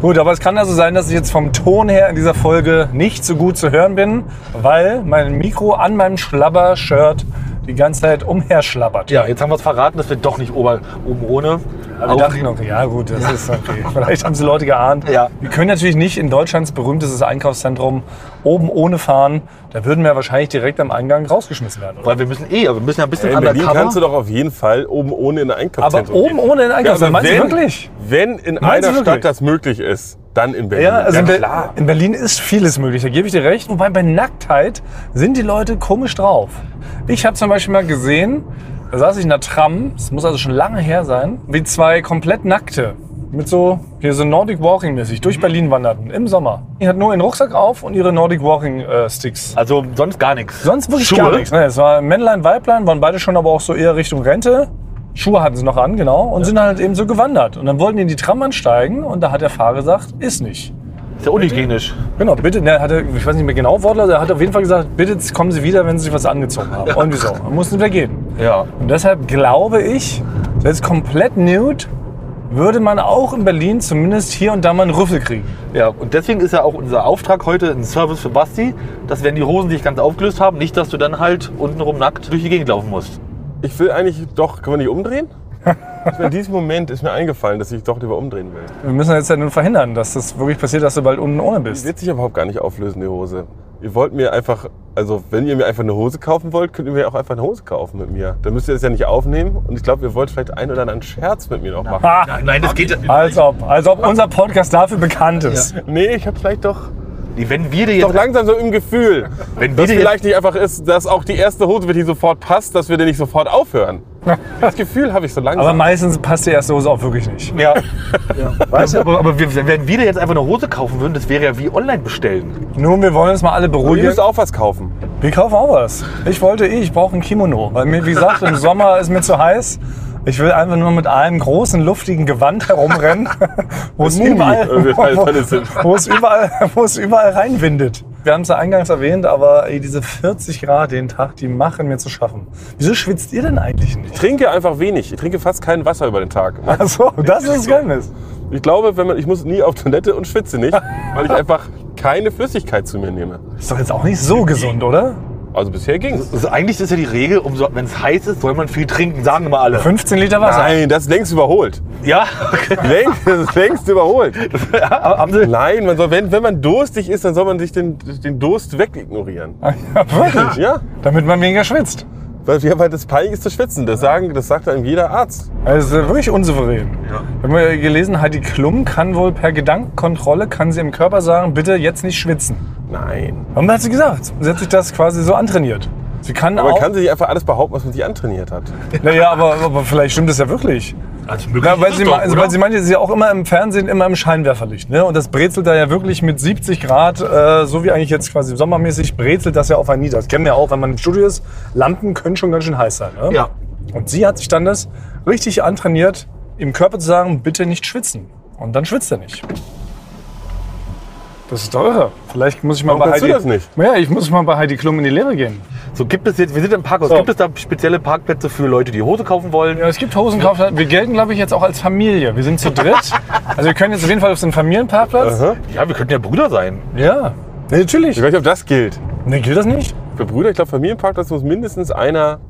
S3: Gut, aber es kann also sein, dass ich jetzt vom Ton her in dieser Folge nicht so gut zu hören bin, weil mein Mikro an meinem Schlabber-Shirt die ganze Zeit umherschlabbert.
S4: ja, jetzt haben wir es verraten, das wird doch nicht ober, oben ohne.
S3: Aber wir dachten, okay, ja gut, das ist okay. Vielleicht haben sie Leute geahnt.
S4: Ja.
S3: Wir können natürlich nicht in Deutschlands berühmtestes Einkaufszentrum oben ohne fahren. Da würden wir wahrscheinlich direkt am Eingang rausgeschmissen werden. Oder?
S4: Weil wir müssen eh, aber wir müssen ja ein bisschen
S1: In Berlin kannst du
S4: undercover.
S1: doch auf jeden Fall oben ohne in ein
S3: Aber
S1: Einkaufszentrum
S3: oben
S1: gehen.
S3: ohne in Einkaufszentrum,
S1: aber
S3: meinst du wirklich?
S1: Also Wenn in
S3: Meinst du
S1: einer
S3: wirklich?
S1: Stadt das möglich ist, dann in Berlin.
S3: Ja, also in, Ber in Berlin ist vieles möglich, da gebe ich dir recht. Wobei bei Nacktheit sind die Leute komisch drauf. Ich habe zum Beispiel mal gesehen, da saß ich in der Tram, das muss also schon lange her sein, wie zwei komplett Nackte mit so, hier so Nordic Walking mäßig durch Berlin wanderten, im Sommer. Die hatten nur ihren Rucksack auf und ihre Nordic Walking äh, Sticks.
S4: Also sonst gar nichts.
S3: Sonst wirklich
S4: Schuhe?
S3: gar nichts. Nee, es war Männlein, Weiblein, waren beide schon aber auch so eher Richtung Rente. Schuhe hatten sie noch an, genau, und sind halt eben so gewandert. Und dann wollten die in die Tram ansteigen und da hat der Fahrer gesagt, ist nicht.
S4: Ist ja unhygienisch.
S3: Genau, bitte, ne, hat er, ich weiß nicht mehr genau Wortlaut, er hat auf jeden Fall gesagt, bitte kommen Sie wieder, wenn Sie sich was angezogen haben. Und wieso? Man muss nicht mehr gehen.
S4: Ja.
S3: Und deshalb glaube ich, selbst komplett nude würde man auch in Berlin zumindest hier und da mal einen Rüffel kriegen.
S4: Ja, und deswegen ist ja auch unser Auftrag heute ein Service für Basti, dass wenn die Hosen sich ganz aufgelöst haben, nicht, dass du dann halt untenrum nackt durch die Gegend laufen musst.
S1: Ich will eigentlich doch, kann man nicht umdrehen? ist mir in diesem Moment ist mir eingefallen, dass ich doch lieber umdrehen will.
S3: Wir müssen jetzt ja nun verhindern, dass das wirklich passiert, dass du bald unten ohne
S1: Die
S3: bist.
S1: wird sich überhaupt gar nicht auflösen, die Hose. Ihr wollt mir einfach, also wenn ihr mir einfach eine Hose kaufen wollt, könnt ihr mir auch einfach eine Hose kaufen mit mir. Dann müsst ihr das ja nicht aufnehmen und ich glaube, ihr wollt vielleicht einen oder anderen Scherz mit mir noch machen.
S3: Ha,
S4: Nein, das geht ja.
S3: als ob, als ob unser Podcast dafür bekannt ist.
S1: Nee, ich habe vielleicht doch,
S4: Wenn wir dir
S1: doch
S4: jetzt,
S1: langsam so im Gefühl,
S4: Wenn wir
S1: dass
S4: die
S1: vielleicht nicht einfach ist, dass auch die erste Hose, wenn die sofort passt, dass wir die nicht sofort aufhören. Das Gefühl habe ich so langsam.
S3: Aber meistens passt die erste Hose auch wirklich nicht.
S4: ja, Weißt du, aber, aber wir, wenn wir dir jetzt einfach eine Hose kaufen würden, das wäre ja wie online bestellen.
S3: Nun, wir wollen uns mal alle
S1: ihr
S3: beruhigen.
S1: müsst auch was kaufen.
S3: Wir kaufen auch was. Ich wollte eh, ich brauche ein Kimono. Weil mir, wie gesagt, im Sommer ist mir zu heiß. Ich will einfach nur mit einem großen, luftigen Gewand herumrennen, wo es
S1: Mumi,
S3: überall,
S1: äh, wie heißt das denn?
S3: wo, wo es überall, wo es überall reinwindet. Wir haben es ja eingangs erwähnt, aber ey, diese 40 Grad den Tag, die machen mir zu schaffen. Wieso schwitzt ihr denn eigentlich
S1: Ich
S3: nicht?
S1: trinke einfach wenig. Ich trinke fast kein Wasser über den Tag.
S3: Achso, das ist das Geheimnis.
S1: Ich glaube, wenn man, ich muss nie auf Toilette und schwitze nicht, weil ich einfach keine Flüssigkeit zu mir nehme.
S3: Ist doch jetzt auch nicht so gesund, oder?
S1: Also bisher ging's.
S4: Also eigentlich ist ja die Regel, umso, wenn es heiß ist, soll man viel trinken, sagen immer alle.
S3: 15 Liter
S4: Also-
S3: Wasser.
S1: Nein, das ist längst überholt.
S4: Ja, okay.
S1: Längst, das ist längst überholt.
S4: haben sie,
S1: Nein, man soll, wenn, wenn man durstig ist, dann soll man sich den, den Durst wegignorieren.
S3: Ja, wirklich.
S1: Ja,
S3: Damit man weniger schwitzt.
S1: weil, wir- weil das peinlich ist zu schwitzen. Das, sagen, das sagt einem jeder Arzt.
S3: Also das ist wirklich unsouverän. Wir haben ja gelesen, Heidi Klum kann wohl per Gedankenkontrolle, kann sie im Körper sagen, bitte jetzt nicht schwitzen.
S1: Nein.
S3: Warum hat sie gesagt? Sie hat sich das quasi so antrainiert. Sie kann
S1: Aber
S3: auch.
S1: man kann sich einfach alles behaupten, was man sich antrainiert hat.
S3: naja, aber, aber vielleicht stimmt das ja wirklich.
S4: also möglich
S3: Ja, weil,
S4: ist
S3: sie,
S4: es doch,
S3: also,
S4: oder?
S3: weil sie meinte, sie ist ja auch immer im Fernsehen, immer im Scheinwerferlicht. Ne? Und das brezelt da ja wirklich mit 70 Grad, äh, so wie eigentlich jetzt quasi sommermäßig, brezelt das ja auf einen nieder. Das kennen wir ja auch, wenn man im Studio ist. Lampen können schon ganz schön heiß sein. Ne?
S4: Ja.
S3: Und sie hat sich dann das richtig antrainiert, im Körper zu sagen, bitte nicht schwitzen. Und dann schwitzt er nicht. Das ist doch irre. Vielleicht muss ich mal
S1: Warum
S3: bei
S1: kannst
S3: Heidi.
S1: du das nicht?
S3: Ja, ich muss mal bei Heidi Klum in die Lehre gehen.
S4: So gibt es jetzt, wir sind im Parkhaus,
S3: So.
S4: gibt es da spezielle Parkplätze für Leute, die Hose kaufen wollen?
S3: Ja, es gibt Hosenkauf. Wir gelten, glaube ich, jetzt auch als Familie. Wir sind zu dritt. Also wir können jetzt auf jeden Fall auf so einen Familienparkplatz.
S1: Aha.
S4: Ja, wir könnten ja Brüder sein.
S3: Ja. Nee,
S1: Ich
S3: natürlich.
S1: weiß nicht, ob das gilt.
S3: Nee, gilt das nicht?
S1: Für Brüder, ich glaube, Familienparkplatz muss mindestens einer.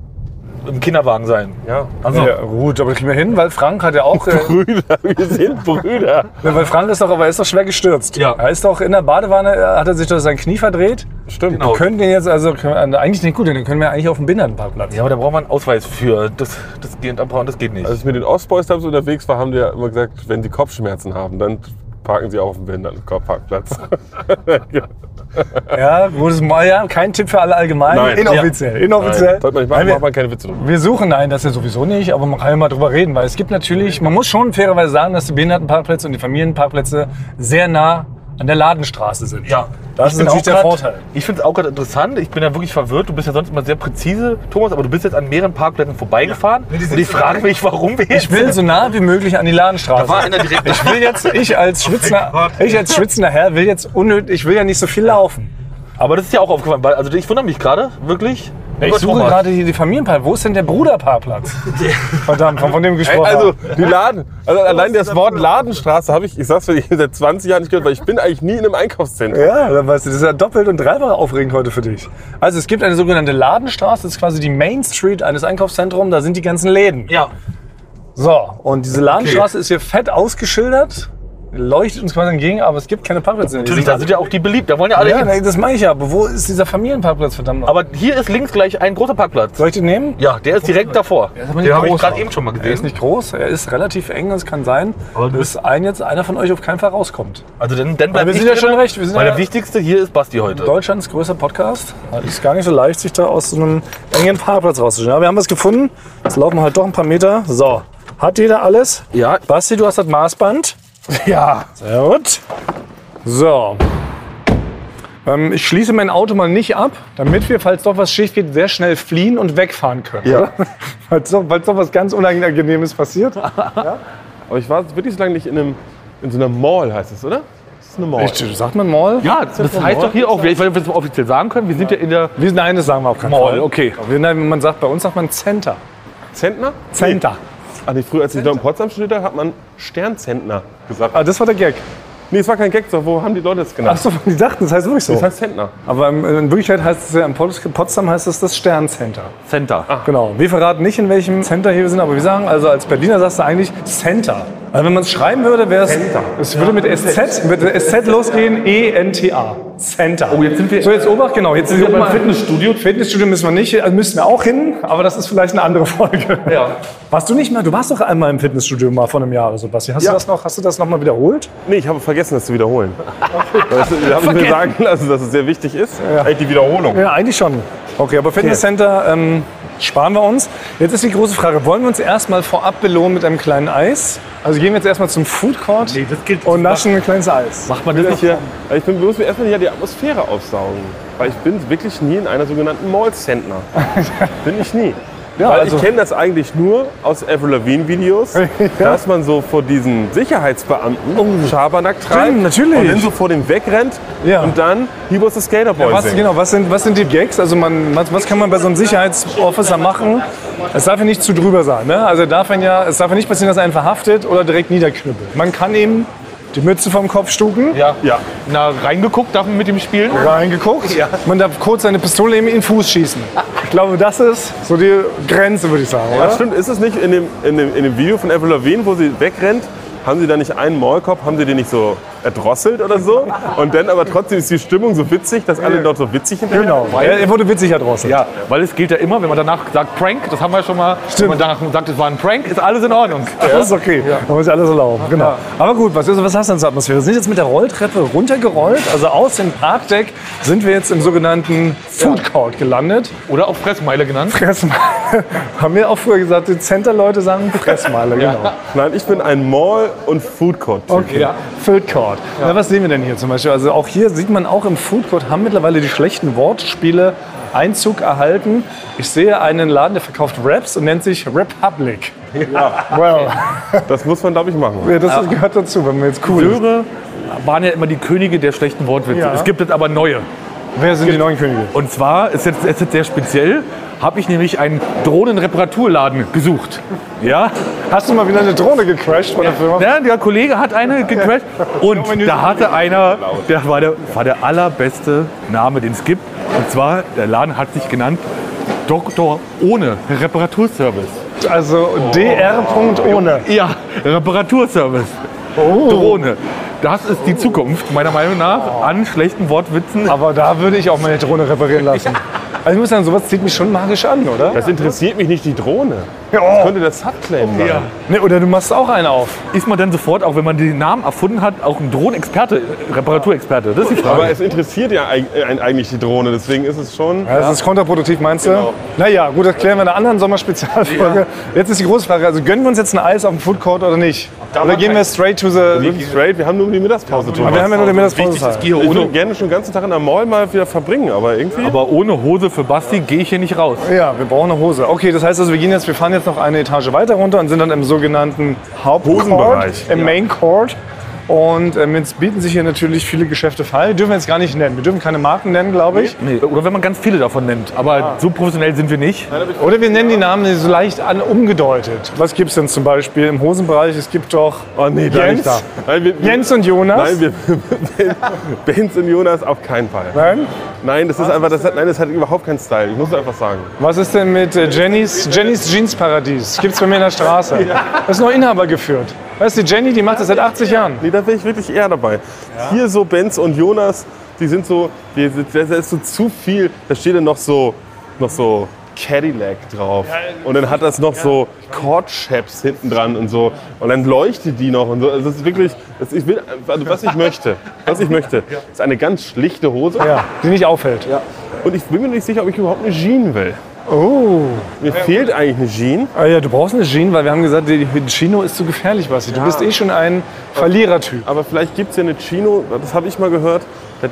S4: Im Kinderwagen sein.
S1: Ja.
S4: Also,
S3: Ja, gut, aber das kriegen wir hin, weil Frank hat ja auch. Äh,
S1: Brüder, wir sind Brüder.
S3: weil Frank ist doch, aber er ist doch schwer gestürzt.
S4: Ja.
S3: Er ist doch in der Badewanne, äh, hat er sich doch sein Knie verdreht.
S1: Stimmt.
S4: Genau.
S3: Wir können den jetzt also, können, wir- eigentlich nicht gut, den können wir eigentlich auf dem Behindertenparkplatz.
S4: ja, aber da braucht man einen Ausweis für. Das, das geht am Braun, das geht nicht.
S3: Also,
S1: Als ich mit den Ostboys damals unterwegs war, haben die ja immer gesagt, wenn sie Kopfschmerzen haben, dann parken sie auch auf dem Behindertenparkplatz.
S3: Ja, gutes Mal, ja, kein Tipp für alle allgemein.
S1: Nein.
S3: Inoffiziell, inoffiziell.
S1: Sollte man nicht machen,
S3: Nein, wir-
S1: macht man keine Witze drüber.
S3: Wir suchen einen, das ja sowieso nicht, aber man kann ja mal drüber reden, weil es gibt natürlich, man muss schon fairerweise sagen, dass die Behindertenparkplätze und die Familienparkplätze sehr nah an der Ladenstraße sind.
S4: Ja.
S3: das ist
S4: bin
S3: natürlich
S4: auch
S3: der
S4: grad-
S3: Vorteil.
S4: Ich finde es auch gerade interessant. Ich bin ja wirklich verwirrt. Du bist ja sonst immer sehr präzise, Thomas, aber du bist jetzt an mehreren Parkplätzen vorbeigefahren. und ich frage mich, warum wir
S3: Ich will so nah wie möglich an die Ladenstraße. ich will jetzt, ich als schwitzender, ich als schwitzender Herr will jetzt unnötig, ich will ja nicht so viel laufen.
S4: Aber das ist ja auch aufgefallen. Weil, also ich wundere mich gerade, wirklich.
S3: Ich
S4: Über
S3: suche
S4: Thomas.
S3: gerade hier die Familienpark. Wo ist denn der Bruderparkplatz? Verdammt, von dem wir gesprochen
S1: Also,
S3: haben.
S1: die Laden, also allein das Wort Ladenstraße habe ich, ich sag's dir, seit 20 Jahren nicht gehört, weil ich bin eigentlich nie in einem Einkaufszentrum.
S3: Ja, dann weißt du, das ist ja doppelt und dreifach aufregend heute für dich. Also es gibt eine sogenannte Ladenstraße, das ist quasi die Main Street eines Einkaufszentrums, da sind die ganzen Läden.
S4: Ja.
S3: So, und diese Ladenstraße ist hier fett ausgeschildert, leuchtet uns quasi entgegen, aber es gibt keine Parkplätze. in der
S4: Natürlich,
S3: Gegend.
S4: da sind ja auch die beliebt, da wollen ja alle
S3: ja,
S4: hin.
S3: nee, das meine ich ja. Aber wo ist dieser Familienparkplatz, verdammt noch?
S4: Aber hier ist links gleich ein großer Parkplatz.
S3: Soll ich den nehmen?
S4: Ja, der ist direkt davor.
S3: Der ist aber nicht
S4: Den habe ich
S3: groß,
S4: gerade
S3: aber.
S4: eben schon mal
S3: Er ist
S4: gesehen.
S3: nicht groß, er ist relativ eng, es kann sein,
S4: Aber du-
S3: dass ein jetzt einer von euch auf keinen Fall rauskommt.
S4: Also dann, dann
S3: Aber
S4: bleibt
S3: wir sind ja schon recht, wir sind
S4: Weil
S3: ja-
S4: der wichtigste hier ist Basti heute.
S3: Deutschlands größter Podcast. Es ist gar nicht so leicht, sich da aus so einem engen Parkplatz rauszustellen. Aber wir haben was gefunden. Es laufen halt doch ein paar Meter. So, hat jeder alles?
S4: Ja.
S3: Basti, du hast das Maßband.
S4: Ja.
S3: Sehr gut. So. Ähm, ich schließe mein Auto mal nicht ab, damit wir, falls doch was schief geht, sehr schnell fliehen und wegfahren können.
S1: Ja.
S3: Falls doch, falls doch was ganz Unangenehmes passiert.
S1: Aber ich war wirklich so lange nicht in, einem, in so einer Mall, heißt es, oder? Das ist eine Mall.
S3: Echt, sagt man Mall?
S4: Ja, Ah, das heißt doch hier auch, ich weiß nicht, ob wir das offiziell sagen können, wir sind ja in der
S3: Wir- Nein, das sagen wir auf keinen
S4: Mall.
S3: Fall. Okay. Wir- nein, Man sagt, bei uns sagt man Center.
S1: Zentner?
S3: Center.
S1: Ach nee, früher, als ich noch in Potsdam studiert habe, hat man Sternzentner gesagt.
S3: Ah, das war der Gag.
S1: Nee, es war kein Gag, sondern wo haben die Leute das genannt?
S3: Achso, die dachten, das heißt wirklich so.
S1: Das heißt Zentner.
S3: Aber in, in Wirklichkeit heißt es ja, in Pot- Potsdam heißt es das Sterncenter.
S4: Center.
S3: Genau. Wir verraten nicht, in welchem Center hier wir sind, aber wir sagen, also als Berliner sagst du eigentlich Center. Also wenn man es schreiben würde, wäre es, es würde mit SZ, mit SZ losgehen, E E-N-T-A. Center. Oh, jetzt sind wir. So, jetzt Obacht, genau. Jetzt sind wir beim Fitnessstudio. Fitnessstudio müssen wir nicht, also müssen wir auch hin, aber das ist vielleicht eine andere Folge. Ja. Warst du nicht mal, du warst doch einmal im Fitnessstudio mal vor einem Jahr oder so, Basti. Hast du das noch, hast du das noch mal wiederholt?
S1: Nee, ich habe vergessen, das zu wiederholen. Weißt du, wir haben mir sagen lassen, dass es sehr wichtig ist. Eigentlich die Wiederholung.
S3: Ja, eigentlich schon. Okay, aber Fitnesscenter ähm, sparen wir uns. Jetzt ist die große Frage, wollen wir uns erstmal vorab belohnen mit einem kleinen Eis? Also gehen wir jetzt erstmal zum Food Court
S4: Nee, das gilt-
S3: und naschen ein kleines Eis.
S4: Macht man das
S1: Ich, hier, also, ich bin bloß mir erstmal hier die Atmosphäre aufsaugen. Weil ich bin wirklich nie in einer sogenannten Mall-Zentner. bin ich nie.
S3: Ja,
S1: Weil
S3: also-
S1: ich kenne das eigentlich nur aus Avril Lavigne-Videos, dass man so vor diesen Sicherheitsbeamten Schabernack treibt
S3: Oh. Stimmt, natürlich.
S1: und dann so vor dem wegrennt
S3: Ja.
S1: und dann He was the Skater Boy
S3: Was,
S1: singt.
S3: genau, was sind, was sind die Gags? Also man, was, was kann man bei so einem Sicherheitsofficer machen? Es darf ja nicht zu drüber sein. Ne? Also darf ihn ja, es darf ja nicht passieren, dass er einen verhaftet oder direkt niederknüppelt. Man kann ihm die Mütze vom Kopf stuken.
S4: Ja.
S1: Ja.
S4: Na, reingeguckt darf man mit dem spielen?
S3: reingeguckt. Man darf kurz seine Pistole nehmen, in den Fuß schießen. Ich glaube, das ist so die Grenze, würde ich sagen.
S1: Ja,
S3: Oder?
S1: stimmt, ist es nicht in dem, in dem, in dem Video von Avril Lavigne, wo sie wegrennt, haben sie da nicht einen Mallcop, haben sie den nicht so erdrosselt oder so? Und dann aber trotzdem ist die Stimmung so witzig, dass alle dort so witzig hinterher
S3: Genau. Er, er wurde witziger draußen.
S4: Ja, weil es gilt ja immer, wenn man danach sagt Prank, das haben wir ja schon mal,
S3: Stimmt.
S4: wenn man danach sagt, es war ein Prank, ist alles in Ordnung.
S3: Das ist okay. Man muss ja alles erlauben. Genau. Aber gut, was, also was hast du denn zur Atmosphäre? Wir sind jetzt mit der Rolltreppe runtergerollt. Also aus dem Parkdeck sind wir jetzt im sogenannten Food Court gelandet.
S4: Oder auch Fressmeile genannt.
S3: Fressmeile. Haben wir auch früher gesagt, die Center-Leute sagen Fressmeile. Genau.
S1: Nein, ich bin ein Mall- und Foodcourt-Typ.
S3: Okay. Food Court. Na, was sehen wir denn hier zum Beispiel? Also auch hier sieht man auch im Food Court haben mittlerweile die schlechten Wortspiele Einzug erhalten. Ich sehe einen Laden, der verkauft Raps und nennt sich Republic. Ja. Well,
S1: Das muss man, glaube ich, machen.
S3: ja, das gehört dazu, wenn man jetzt cool ist.
S4: Söre waren ja immer die Könige der schlechten Wortwitze.
S3: Ja.
S4: Es gibt jetzt aber neue.
S3: Wer sind die neuen Könige?
S4: Und zwar ist jetzt, ist jetzt sehr speziell, habe ich nämlich einen Drohnenreparaturladen gesucht. Ja?
S3: Hast du mal wieder eine Drohne gecrashed von der Firma?
S4: ja, der Kollege hat eine gecrashed und da hatte einer, der war der, war der allerbeste Name, den es gibt. Und zwar, der Laden hat sich genannt Doktor ohne Reparaturservice.
S3: Also dr. ohne. Oh.
S4: Ja, Reparaturservice. Drohne. Das ist die Zukunft, meiner Meinung nach, an schlechten Wortwitzen.
S3: Aber da würde ich auch meine Drohne reparieren lassen. Also ich muss sagen, sowas zieht mich schon magisch an, oder?
S1: Das interessiert mich nicht, die Drohne.
S3: Ja.
S1: Könnte das Subclaim sein?
S4: Ja.
S3: Ne, oder du machst auch eine auf.
S4: Ist man dann sofort, auch wenn man den Namen erfunden hat, auch ein Drohnenexperte, äh, Reparaturexperte? Das ist die
S1: Aber
S4: Frage.
S1: es interessiert ja eig- äh, eigentlich die Drohne, deswegen ist es schon...
S3: Ja, das Also ist kontraproduktiv, meinst du?
S1: Genau.
S3: Naja, gut, das klären wir in einer anderen Sommerspezialfolge. Jetzt ist die große Frage, also gönnen wir uns jetzt ein Eis auf dem Food Court oder nicht? oder gehen wir straight to the...
S1: Straight, wir haben nur die Mittagspause, Thomas.
S3: Aber wir haben ja nur den
S4: Wichtig ist
S3: Mittagspause.
S4: Gier
S1: ich würde
S4: ohne,
S1: gerne schon den ganzen Tag in der Mall mal wieder verbringen, aber irgendwie...
S4: Also, aber ohne Hose für Basti gehe ich hier nicht raus.
S3: Ja, wir brauchen eine Hose. Okay, das heißt also, wir gehen jetzt, wir fahren jetzt noch eine Etage weiter runter und sind dann im sogenannten Hauptcourt,
S1: Hosenbereich.
S3: im Main Court. Und ähm, jetzt bieten sich hier natürlich viele Geschäfte frei. Dürfen wir jetzt gar nicht nennen. Wir dürfen keine Marken nennen, glaube ich.
S4: Nee, oder wenn man ganz viele davon nimmt. Aber so professionell sind wir nicht.
S3: Oder wir nennen die Namen so leicht an, umgedeutet. Was gibt's denn zum Beispiel im Hosenbereich? Es gibt doch
S1: Oh nee, da
S3: Jens,
S1: nicht da. Nein, wir,
S3: Jens und Jonas.
S1: Nein, wir, Benz und Jonas auf keinen Fall.
S3: Nein?
S1: Nein, das ist einfach, das hat, nein, das hat überhaupt keinen Style. Ich muss es einfach sagen.
S3: Was ist denn mit äh, Jennys, Jennys Jeansparadies? Gibt's bei mir in der Straße. Das ist noch Inhaber geführt. Weißt du, die Jenny, die macht das seit 80 Jahren.
S1: Nee, da bin ich wirklich eher dabei. Hier so Benz und Jonas, die sind so, die, da da ist so zu viel. Da steht dann noch so, noch so Cadillac drauf. und dann hat das noch so Cordshaps hinten dran und so. Und dann leuchtet die noch und so. Also das ist wirklich, das, ich will, also was ich möchte, was ich möchte, ist eine ganz schlichte Hose.
S3: Ja, die nicht auffällt.
S1: Und ich bin mir nicht sicher, ob ich überhaupt eine Jean will.
S3: Oh.
S1: Mir fehlt eigentlich eine Jean.
S3: Ah ja, du brauchst eine Jean, weil wir haben gesagt, die Chino ist zu gefährlich, Basti. Du bist eh schon ein Verlierertyp.
S1: Aber vielleicht gibt es ja eine Chino, das habe ich mal gehört,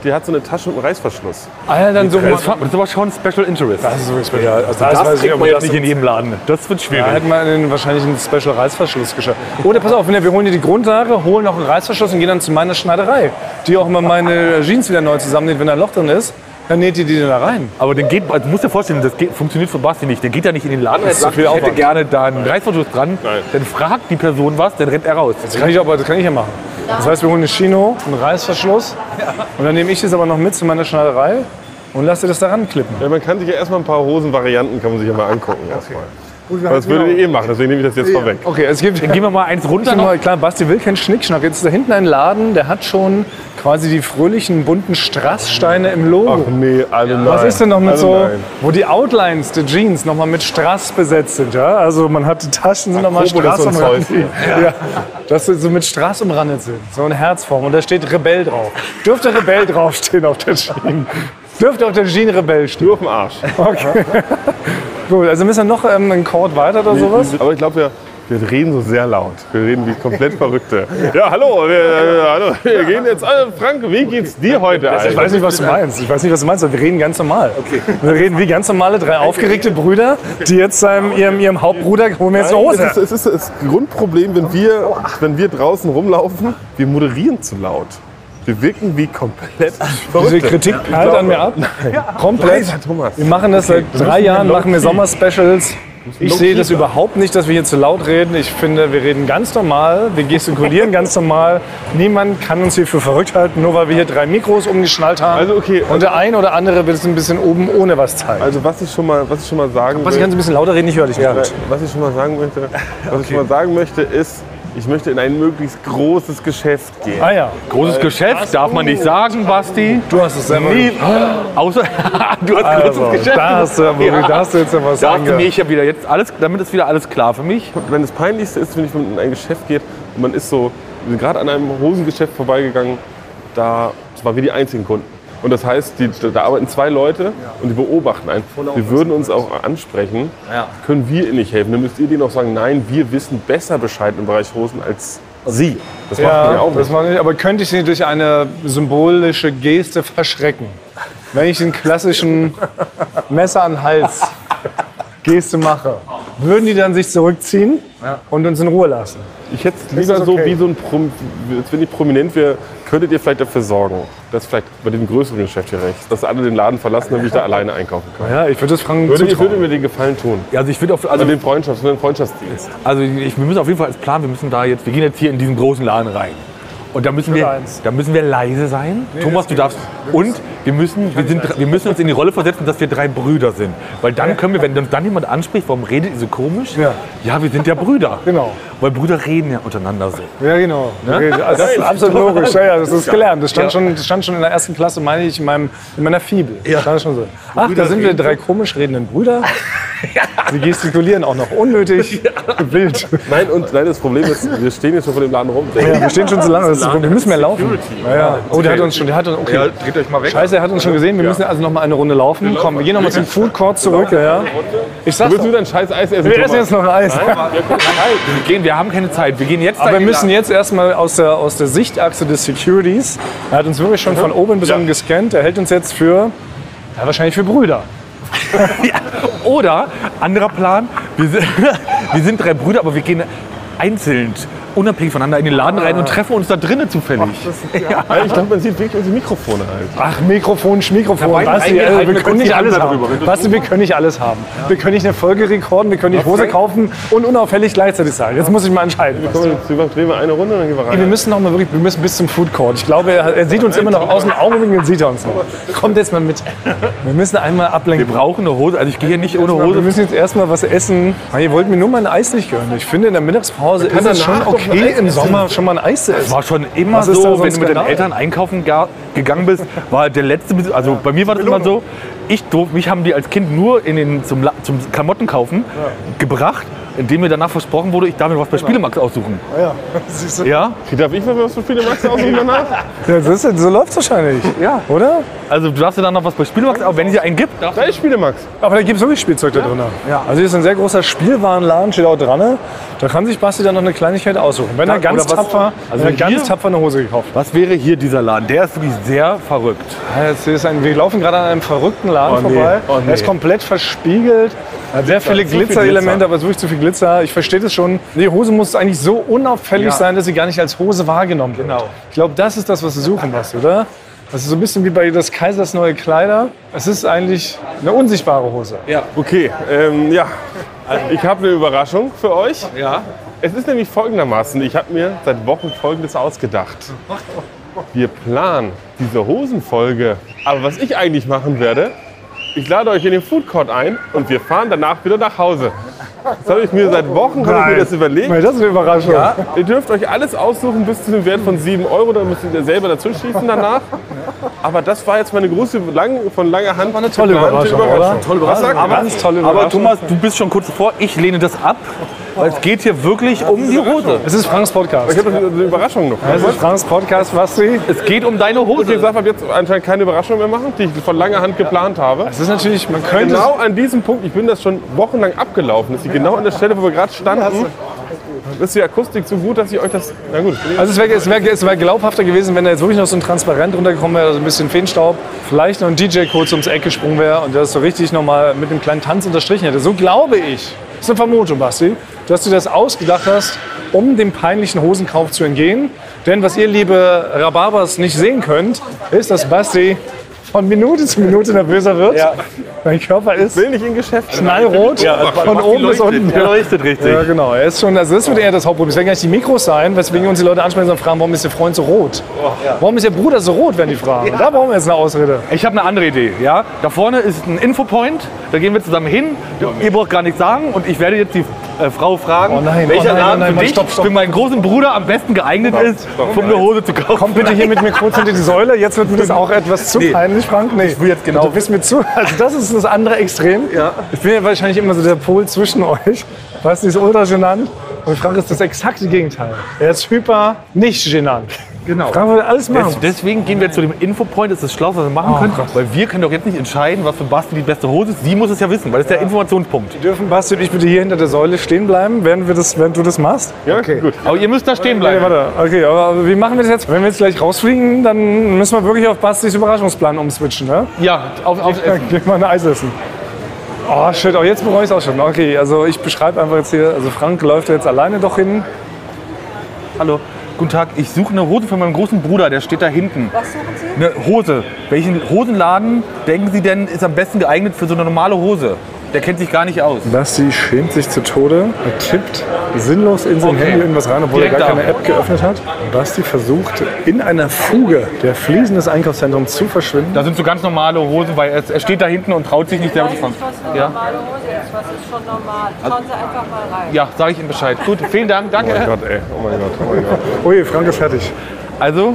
S1: die hat so eine Tasche mit einem Reißverschluss.
S3: Ah ja, dann so
S4: Das ist aber schon Special Interest.
S3: Das ist wirklich ja, also
S4: Das,
S3: weiß ich,
S4: kriegt
S3: ob
S4: man
S3: wir
S4: jetzt
S3: das-
S4: nicht in jedem Laden. Das wird
S3: Da
S4: schwierig.
S3: hätten wir einen, wahrscheinlich einen Special Reißverschluss geschafft. Oder pass auf, wenn wir wir holen dir die Grundlage, holen noch einen Reißverschluss und gehen dann zu meiner Schneiderei, die auch immer meine Jeans wieder neu zusammennäht, wenn da ein Loch drin ist. Dann näht die die da rein.
S4: Aber den geht, also musst dir vorstellen, das geht, funktioniert für Basti nicht. Der geht ja nicht in den Laden.
S3: Das ist
S4: und sagt,
S3: zu viel
S4: ich hätte
S3: Aufwand.
S4: gerne da einen Reißverschluss dran. Dann fragt die Person was, dann rennt er raus.
S3: Das kann ich aber, das kann ich ja machen. Das heißt, wir holen eine Chino, einen Reißverschluss und dann nehme ich das aber noch mit zu meiner Schneiderei und lasse dir das da ranklippen.
S1: Ja, man kann sich ja erstmal ein paar Hosenvarianten kann man sich ja mal angucken. Erstmal.
S3: Gut,
S1: Aber Das würde ich eh machen, deswegen nehme ich das jetzt vorweg.
S3: Okay, es gibt
S4: Dann gehen wir mal eins runter.
S3: Schon
S4: noch.
S3: mal, klar, Basti will keinen Schnickschnack. Jetzt ist da hinten ein Laden, der hat schon quasi die fröhlichen bunten Strasssteine im Logo.
S1: Ach nee, alle nein.
S3: Was ist denn noch mit
S1: alle
S3: so,
S1: Nein.
S3: wo die Outlines der Jeans nochmal mit Strass besetzt sind? Ja? Also man hat die Taschen sind nochmal
S1: Kobo, das
S3: Strass
S1: ist so ein
S3: umrandet. Ja. Dass sie so mit Strass umrandet sind. So eine Herzform. Und da steht Rebell drauf. Dürfte Rebell draufstehen auf der Jeans. Dürfte auf der Jeans Rebell stehen.
S1: Nur auf dem Arsch.
S3: Okay. Gut, also müssen wir noch ähm, einen Chord weiter oder sowas?
S1: Aber ich glaube, wir, wir reden so sehr laut. Wir reden wie komplett Verrückte. Ja, hallo, wir, äh, hallo. wir gehen jetzt. Äh, Frank, wie geht's dir heute
S3: Ich weiß
S1: eigentlich?
S3: nicht, was du meinst. Ich weiß nicht, was du meinst, aber wir reden ganz normal. Wir reden wie ganz normale drei aufgeregte Brüder, die jetzt ähm, ihrem, ihrem Hauptbruder holen wir jetzt eine
S1: Nein, es
S3: Hose.
S1: ist, es ist das Grundproblem, wenn wir, wenn wir draußen rumlaufen, wir moderieren zu laut. Wir wirken wie komplett
S3: Diese
S1: Verrückte.
S3: Kritik perlt an mir ab. Komplett.
S1: Leiser, Thomas.
S3: Wir machen das seit drei Jahren, machen wir Sommerspecials. Ich
S1: low
S3: sehe das
S1: key bleiben.
S3: überhaupt nicht, dass wir hier zu laut reden. Ich finde, wir reden ganz normal, wir gestikulieren ganz normal. Niemand kann uns hier für verrückt halten, nur weil wir hier drei Mikros umgeschnallt haben.
S1: Also okay.
S3: Und der ein oder andere wird es ein bisschen oben ohne was zeigen.
S1: Also was ich schon mal, was ich schon mal sagen
S3: Was ich
S1: will, äh,
S3: ganz ein bisschen lauter reden, ich höre dich nicht gut.
S1: was ich schon mal sagen möchte, was ich schon mal sagen möchte, ist, ich möchte in ein möglichst großes Geschäft gehen.
S3: Ah ja,
S4: Großes Geschäft, darf man nicht sagen, Basti.
S3: du hast es selber. Also,
S4: Nie. Außer du hast großes Geschäft.
S3: Da hast äh, du, aber,
S4: Ja.
S3: da hast du jetzt ja was
S4: Darfst du
S3: ange-
S4: nicht, ich hab wieder jetzt alles, damit ist wieder alles klar für mich.
S1: Wenn das Peinlichste ist, wenn ich in ein Geschäft geht und man ist so, wir sind gerade an einem Hosengeschäft vorbeigegangen, da waren wir die einzigen Kunden. Und das heißt, die, da arbeiten zwei Leute und die beobachten einen. Wir würden uns auch ansprechen, können wir ihnen nicht helfen. Dann müsst ihr denen auch sagen, nein, wir wissen besser Bescheid im Bereich Hosen als sie. Das macht man ja
S3: Ja,
S1: auch
S3: das
S1: nicht.
S3: war nicht, aber könnte ich sie durch eine symbolische Geste verschrecken? Wenn ich den klassischen Messer an den Hals Geste mache, würden die dann sich zurückziehen und uns in Ruhe lassen?
S1: Ich hätte es lieber so
S3: okay.
S1: wie so ein Prom jetzt wenn ich prominent wäre, könntet ihr vielleicht dafür sorgen, dass vielleicht bei dem größeren Geschäft hier rechts, dass alle den Laden verlassen, damit ich da alleine einkaufen kann.
S3: Ja, ich würde das Frank
S1: Würde, ich
S3: zutrauen.
S1: würde mir den Gefallen tun.
S4: Also ich würde auf,
S1: Also
S4: also,
S1: den Freundschafts-, den Freundschaftsdienst.
S4: also ich, wir müssen auf jeden Fall als Plan, wir müssen da jetzt, wir gehen jetzt hier in diesen großen Laden rein. Und da müssen wir,
S3: eins.
S4: da müssen wir leise sein. Thomas, du darfst. Und wir müssen, wir, sind, wir müssen uns in die Rolle versetzen, dass wir drei Brüder sind. Weil dann können wir, wenn uns dann jemand anspricht, warum redet ihr so komisch?
S3: Ja.
S4: ja wir sind ja Brüder.
S3: Genau.
S4: Weil Brüder reden ja untereinander so.
S3: Ja, genau. Okay, also Das ist absolut logisch. Ja, ja, das ist gelernt. Das stand, schon, das stand schon in der ersten Klasse, meine ich, in, meinem, in meiner Fibel. Das Stand schon so. Ach, da sind wir drei komisch redenden Brüder. Sie gestikulieren auch noch unnötig. Wild.
S1: Nein, und nein, das Problem ist, wir stehen jetzt schon vor dem Laden rum.
S3: Ja, wir stehen schon zu lange. Das ist das Problem. Wir müssen mehr laufen. Ja, ja. Oh, der hat uns schon. Der hat uns, okay.
S1: dreht euch mal weg.
S3: Scheiße, er hat uns schon gesehen. Wir müssen also noch mal eine Runde laufen. Komm, wir gehen noch mal zum Food Court zurück. Ja. Ich
S1: Du
S3: sag's
S1: willst
S3: doch.
S1: nur dein scheiß Eis essen.
S3: Wir essen jetzt noch ein Eis.
S4: Wir, gehen, wir haben keine Zeit. Wir gehen jetzt da
S3: Aber wir
S4: in den
S3: müssen jetzt erstmal aus der, aus der Sichtachse des Securities. Er hat uns wirklich schon von oben bis unten gescannt. Er hält uns jetzt für. Ja, wahrscheinlich für Brüder.
S4: Oder, anderer Plan, wir sind, wir sind drei Brüder, aber wir gehen einzeln unabhängig voneinander in den Laden rein und treffen uns da drinnen zufällig.
S1: Ja, ich glaube, man sieht wirklich unsere Mikrofone halt.
S3: Ach, Mikrofon, Schmikrofon.
S4: Dabei
S3: Basti,
S4: eingehalten,
S3: äh, wir
S4: wir halt
S3: können nicht
S4: können
S3: alles
S4: nicht
S3: haben.
S4: darüber, wenn du
S3: Basti, wir können nicht alles haben. Wir können nicht eine Folge rekorden, wir können nicht Hose kaufen und unauffällig gleichzeitig sein. Jetzt muss ich mal entscheiden. Basti.
S1: Komm, jetzt drehen wir eine Runde und dann gehen wir
S3: Wir
S1: rein.
S3: müssen noch mal wirklich, wir müssen bis zum Food Court. Ich glaube, er, er sieht uns immer noch aus dem Augenwinkel, sieht er uns noch. Kommt jetzt mal mit. Wir müssen einmal
S4: Wir
S3: ablenken.
S4: brauchen eine Hose. Also ich gehe hier nicht ohne
S3: Wir
S4: Hose.
S3: müssen jetzt erstmal was essen. Ah, ihr wollt mir nur mal ein Eis nicht gönnen. Ich finde, in der Mittagspause ist es schon
S1: danach doch
S3: okay, im Sommer schon mal ein Eis zu essen.
S4: War schon immer
S3: Was ist da so
S4: so,
S3: ein
S4: wenn du mit deinen
S3: Skandal?
S4: Eltern einkaufen ga- gegangen bist, war der letzte, Bes- also bei mir war das immer so, ich durf, mich haben die als Kind nur in den, zum, La- zum Klamotten kaufen gebracht, indem mir danach versprochen wurde, ich darf mir was
S3: Genau.
S4: bei Spielemax aussuchen.
S3: Siehst du?
S4: Ja,
S1: Darf ich mal was für viele Max aussuchen danach?
S3: Ja, das ist, so läuft es wahrscheinlich. Ja. Oder?
S4: also du darfst dir dann noch was bei Spielemax, aber wenn es dir einen gibt,
S1: Da ist Spiele Max.
S3: Aber da gibt es wirklich Spielzeug da drin. Ja. Also hier ist ein sehr großer Spielwarenladen, steht auch dran. Da kann sich Basti dann noch eine Kleinigkeit aussuchen. Wenn er
S4: Ja,
S3: ganz
S4: oder was-
S3: tapfer,
S4: also
S3: wenn er
S4: hier-
S3: ganz tapfer eine Hose gekauft hat.
S4: was wäre hier dieser Laden? Der ist wirklich sehr verrückt.
S3: Ja, jetzt hier ist ein, wir laufen gerade an einem verrückten Laden
S4: Oh nee,
S3: vorbei.
S4: oh nee.
S3: Er ist komplett verspiegelt. Er hat sehr viele
S4: zu viel
S3: Glitzerelemente,
S4: Glitzer.
S3: aber es ist wirklich zu viel Glitzer. Ich verstehe das schon. Die Hose muss eigentlich so unauffällig
S4: Ja.
S3: sein, dass sie gar nicht als Hose wahrgenommen wird.
S4: Genau.
S3: Ich glaube, das ist das, was sie suchen, Basti, oder? Das ist so ein bisschen wie bei des Kaisers neue Kleider. Es ist eigentlich eine unsichtbare Hose.
S1: Okay, ähm, ja. Ich habe eine Überraschung für euch.
S4: Ja.
S1: Es ist nämlich folgendermaßen, ich habe mir seit Wochen Folgendes ausgedacht. Wir planen diese Hosenfolge. Aber was ich eigentlich machen werde, ich lade euch in den Food Court ein und wir fahren danach wieder nach Hause. Das habe ich mir seit Wochen hab ich mir das überlegt.
S3: Weil das ist eine Überraschung.
S1: Ihr dürft euch alles aussuchen bis zu einem Wert von 7 Euro, dann müsst ihr selber dazu schießen danach. Aber das war jetzt meine große, lang, von langer Hand eine
S3: tolle Überraschung, oder?
S1: Tolle Überraschung.
S3: Aber- Ganz tolle
S4: Aber
S3: Überraschung.
S4: Thomas, du bist schon kurz davor, ich lehne das ab, weil es geht hier wirklich um die Hose.
S3: Es ist Franks
S1: Ich
S3: Podcast.
S1: habe eine Überraschung noch.
S3: Es ist Franks Podcast, Basti.
S4: Es geht um deine
S1: Okay, ich
S4: Hose.
S1: darf ab jetzt anscheinend keine Überraschung mehr machen, die ich von langer Hand geplant habe.
S3: Es ist natürlich, man Also, könnte
S1: Genau an diesem Punkt, ich bin das schon wochenlang abgelaufen, dass sie genau an der Stelle, wo wir gerade standen, ist die Akustik so gut, dass ich euch das. Na gut,
S3: Also es wäre es wär, es wär glaubhafter gewesen, wenn da jetzt wirklich noch so ein Transparent runtergekommen wäre, also ein bisschen Feenstaub, vielleicht noch ein DJ kurz ums Eck gesprungen wäre und das so richtig nochmal mit einem kleinen Tanz unterstrichen hätte. So glaube ich. Das ist eine Vermutung, Basti, dass du das ausgedacht hast, um dem peinlichen Hosenkauf zu entgehen. Denn was ihr, liebe Rhabarbers, nicht sehen könnt, ist, dass Basti von Minute zu Minute nervöser wird. Mein Körper ist
S1: will nicht in Geschäft.
S3: knallrot von oben bis unten.
S4: Der also leuchtet richtig.
S3: Ja, genau. Er ist schon, also das wird eher das Hauptproblem. Es werden gar nicht die Mikros sein, weswegen uns die Leute ansprechen und fragen, warum ist Ihr Freund so rot?
S4: Oh,
S3: Warum ist Ihr Bruder so rot, werden die fragen. Da brauchen wir jetzt eine Ausrede.
S4: Ich habe eine andere Idee. Ja? Da vorne ist ein Infopoint, da gehen wir zusammen hin. Ihr braucht gar nichts sagen und ich werde jetzt die äh, Frau fragen,
S3: Oh nein, oh
S4: welcher
S3: nein, oh
S4: Laden
S3: nein,
S4: für
S3: Mann,
S4: dich,
S3: stopp, stopp.
S4: für meinen großen Bruder am besten geeignet ist, um eine Hose zu kaufen.
S3: Komm bitte hier mit mir kurz hinter die Säule. Jetzt wird mir das auch etwas zu
S4: Nee.
S3: peinlich, Frank. Nee. Ich will jetzt genau. Du bist mir zu. Also das ist das andere Extrem. Ich bin ja wahrscheinlich immer so der Pol zwischen euch. Weißt du, ist ultra genannt. Und Frank ist das exakte Gegenteil. Er ist hyper nicht genannt.
S4: Genau.
S3: Frank würde alles machen.
S4: Des- Deswegen gehen wir zu dem Infopoint, das ist das Schlauste, was wir machen können. Weil wir können doch jetzt nicht entscheiden, was für Basti die beste Hose ist. Sie muss es ja wissen, weil das ist der Informationspunkt.
S3: Dürfen Basti und ich bitte hier hinter der Säule stehen bleiben, während, wir das, während du das machst?
S1: Ja, okay. gut.
S4: Aber ihr müsst da stehen
S3: Okay,
S4: bleiben.
S3: warte. Okay, aber wie machen wir das jetzt? Wenn wir jetzt gleich rausfliegen, dann müssen wir wirklich auf Bastis Überraschungsplan umswitchen, ne?
S4: Ja, auf, auf
S3: Dann gehen wir ein Eis essen. Oh, shit, auch jetzt bereue ich es auch schon. Okay, also ich beschreibe einfach jetzt hier, also Frank läuft da jetzt alleine doch hin.
S4: Hallo. Guten Tag, ich suche eine Hose von meinem großen Bruder, der steht da hinten.
S5: Was suchen Sie?
S4: Eine Hose. Welchen Hosenladen denken Sie denn ist am besten geeignet für so eine normale Hose? Der kennt sich gar nicht aus.
S3: Basti schämt sich zu Tode, er tippt sinnlos in sein
S4: Okay.
S3: Handy irgendwas rein, obwohl er
S4: Direkt
S3: gar
S4: da.
S3: keine App geöffnet hat. Basti versucht in einer Fuge der Fliesen des Einkaufszentrums zu verschwinden.
S4: Da sind so ganz normale Hosen, weil er, er steht da hinten und traut sich nicht selber
S5: weiß
S4: zu
S5: nicht,
S4: fahren.
S5: was eine
S4: Ja. Also-
S5: normale Hose ist. Was ist schon normal? Schauen Sie einfach mal rein.
S4: Ja, sage ich ihm Bescheid. Gut, vielen Dank,
S1: Oh mein
S4: danke.
S1: Gott, ey. Oh mein Gott, oh mein Gott.
S3: Ui, Frank ist fertig.
S4: Also,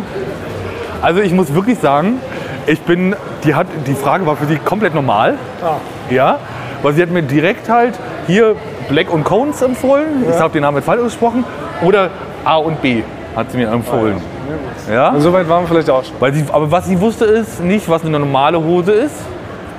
S4: also ich muss wirklich sagen, ich bin, die, hat, die Frage war für sie komplett normal. Ja, weil sie hat mir direkt halt hier Black und Cones empfohlen. Ich habe den Namen falsch ausgesprochen. Oder A und B hat sie mir empfohlen. Ah, Ja. Also-
S3: Soweit waren wir vielleicht auch schon.
S4: Weil sie, aber was sie wusste ist nicht, was eine normale Hose ist.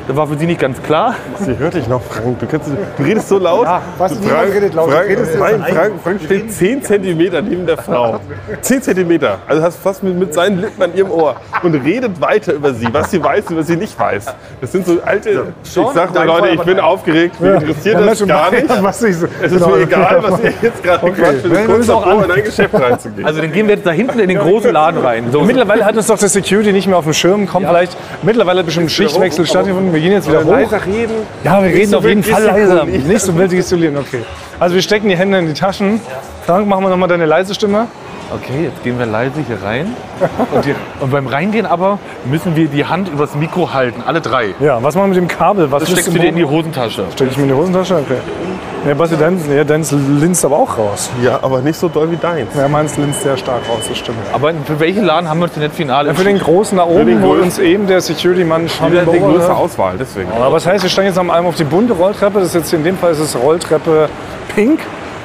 S4: Das war für sie nicht ganz klar.
S1: Sie hört dich noch, Frank. Du, kannst, du redest so laut.
S6: Was, niemand redet laut.
S1: Frank,
S6: Redest du
S1: nein, Frank, Frank steht 10 Zentimeter neben der Frau. 10 Zentimeter. Also hast fast mit, mit seinen Lippen an ihrem Ohr. Und redet weiter über sie, was sie weiß und was sie nicht weiß. Das sind so alte. ich sag mal, Leute, ich bin aufgeregt. Mich interessiert
S6: Ja,
S1: das
S6: schon
S1: gar
S6: mal-
S1: nicht.
S6: Was ich so,
S1: Es
S3: genau.
S1: ist mir egal, was ihr jetzt gerade quatscht. Wir sind kurz davor, in ein Geschäft reinzugehen.
S4: Also dann gehen wir jetzt da hinten in den großen Laden rein. So,
S3: Mittlerweile hat uns doch der Security nicht mehr auf dem Schirm. Kommt vielleicht, mittlerweile hat bestimmt ein Schichtwechsel stattgefunden. Wir gehen jetzt wieder hoch.
S6: Leiser reden.
S3: Ja, wir reden auf jeden Fall leiser.
S6: gestikulieren.
S3: Nicht so wild gestikulieren, okay. Also wir stecken die Hände in die Taschen. Frank, machen wir nochmal deine leise Stimme.
S4: Okay, jetzt gehen wir leise hier rein. Und, hier, und beim Reingehen aber müssen wir die Hand übers Mikro halten, alle drei.
S3: Ja, was machen wir mit dem Kabel? Was
S4: Das
S3: ist
S4: steckst
S3: im
S4: du dir in
S3: Boden?
S4: die Hosentasche.
S3: Steck ich mir in die Hosentasche? Okay. Ja, Basti, deins, ja, deins linst aber auch raus.
S1: Ja, aber nicht so doll wie deins.
S3: Ja, meins linst sehr stark raus, das stimmt.
S4: Aber für welchen Laden haben wir uns denn jetzt final
S3: Ja, für den großen da oben, wo uns eben der Security-Mann schon
S1: Die hat die
S3: beobachtet
S1: größte
S3: hat.
S1: Auswahl, deswegen.
S3: Aber was heißt, wir steigen jetzt am einmal auf die bunte Rolltreppe. Das ist jetzt in dem Fall ist es Rolltreppe Pink.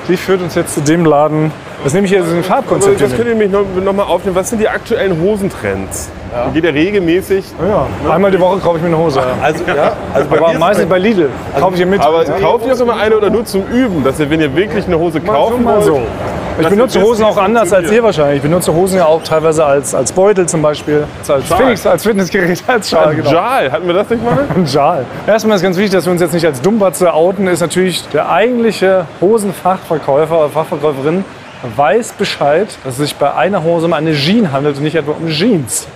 S3: Die führt uns jetzt zu dem Laden. Das nehme ich hier diesen
S1: Also,
S3: Farbkonzept.
S1: das
S3: hier
S1: könnt ihr mich noch, noch mal aufnehmen. Was sind die aktuellen Hosentrends? Ja. Geht ja regelmäßig.
S3: mit. ja, einmal die Woche kaufe ich mir eine Hose.
S7: Also, ja, also
S3: Aber meistens bei Lidl. Kaufe ich hier mit.
S1: Also Aber kauft ihr auch immer eine oder nur zum Üben, dass ihr, wenn ihr wirklich eine Hose kaufen
S3: mal
S1: wollt,
S3: so. Ich
S1: Das
S3: benutze
S1: ist
S3: Hosen auch
S1: nicht
S3: anders als
S1: funktioniert.
S3: ihr wahrscheinlich. Ich benutze Hosen ja auch teilweise als, als Beutel zum Beispiel, als, Felix, als Fitnessgerät, als Schal. genau.
S1: Ein Jal, hatten wir das nicht mal?
S3: Ein Schal. Erstmal ist ganz wichtig, dass wir uns jetzt nicht als Dummbatze outen, ist natürlich der eigentliche Hosenfachverkäufer oder Fachverkäuferin weiß Bescheid, dass es sich bei einer Hose um eine Jeans handelt und nicht etwa um Jeans.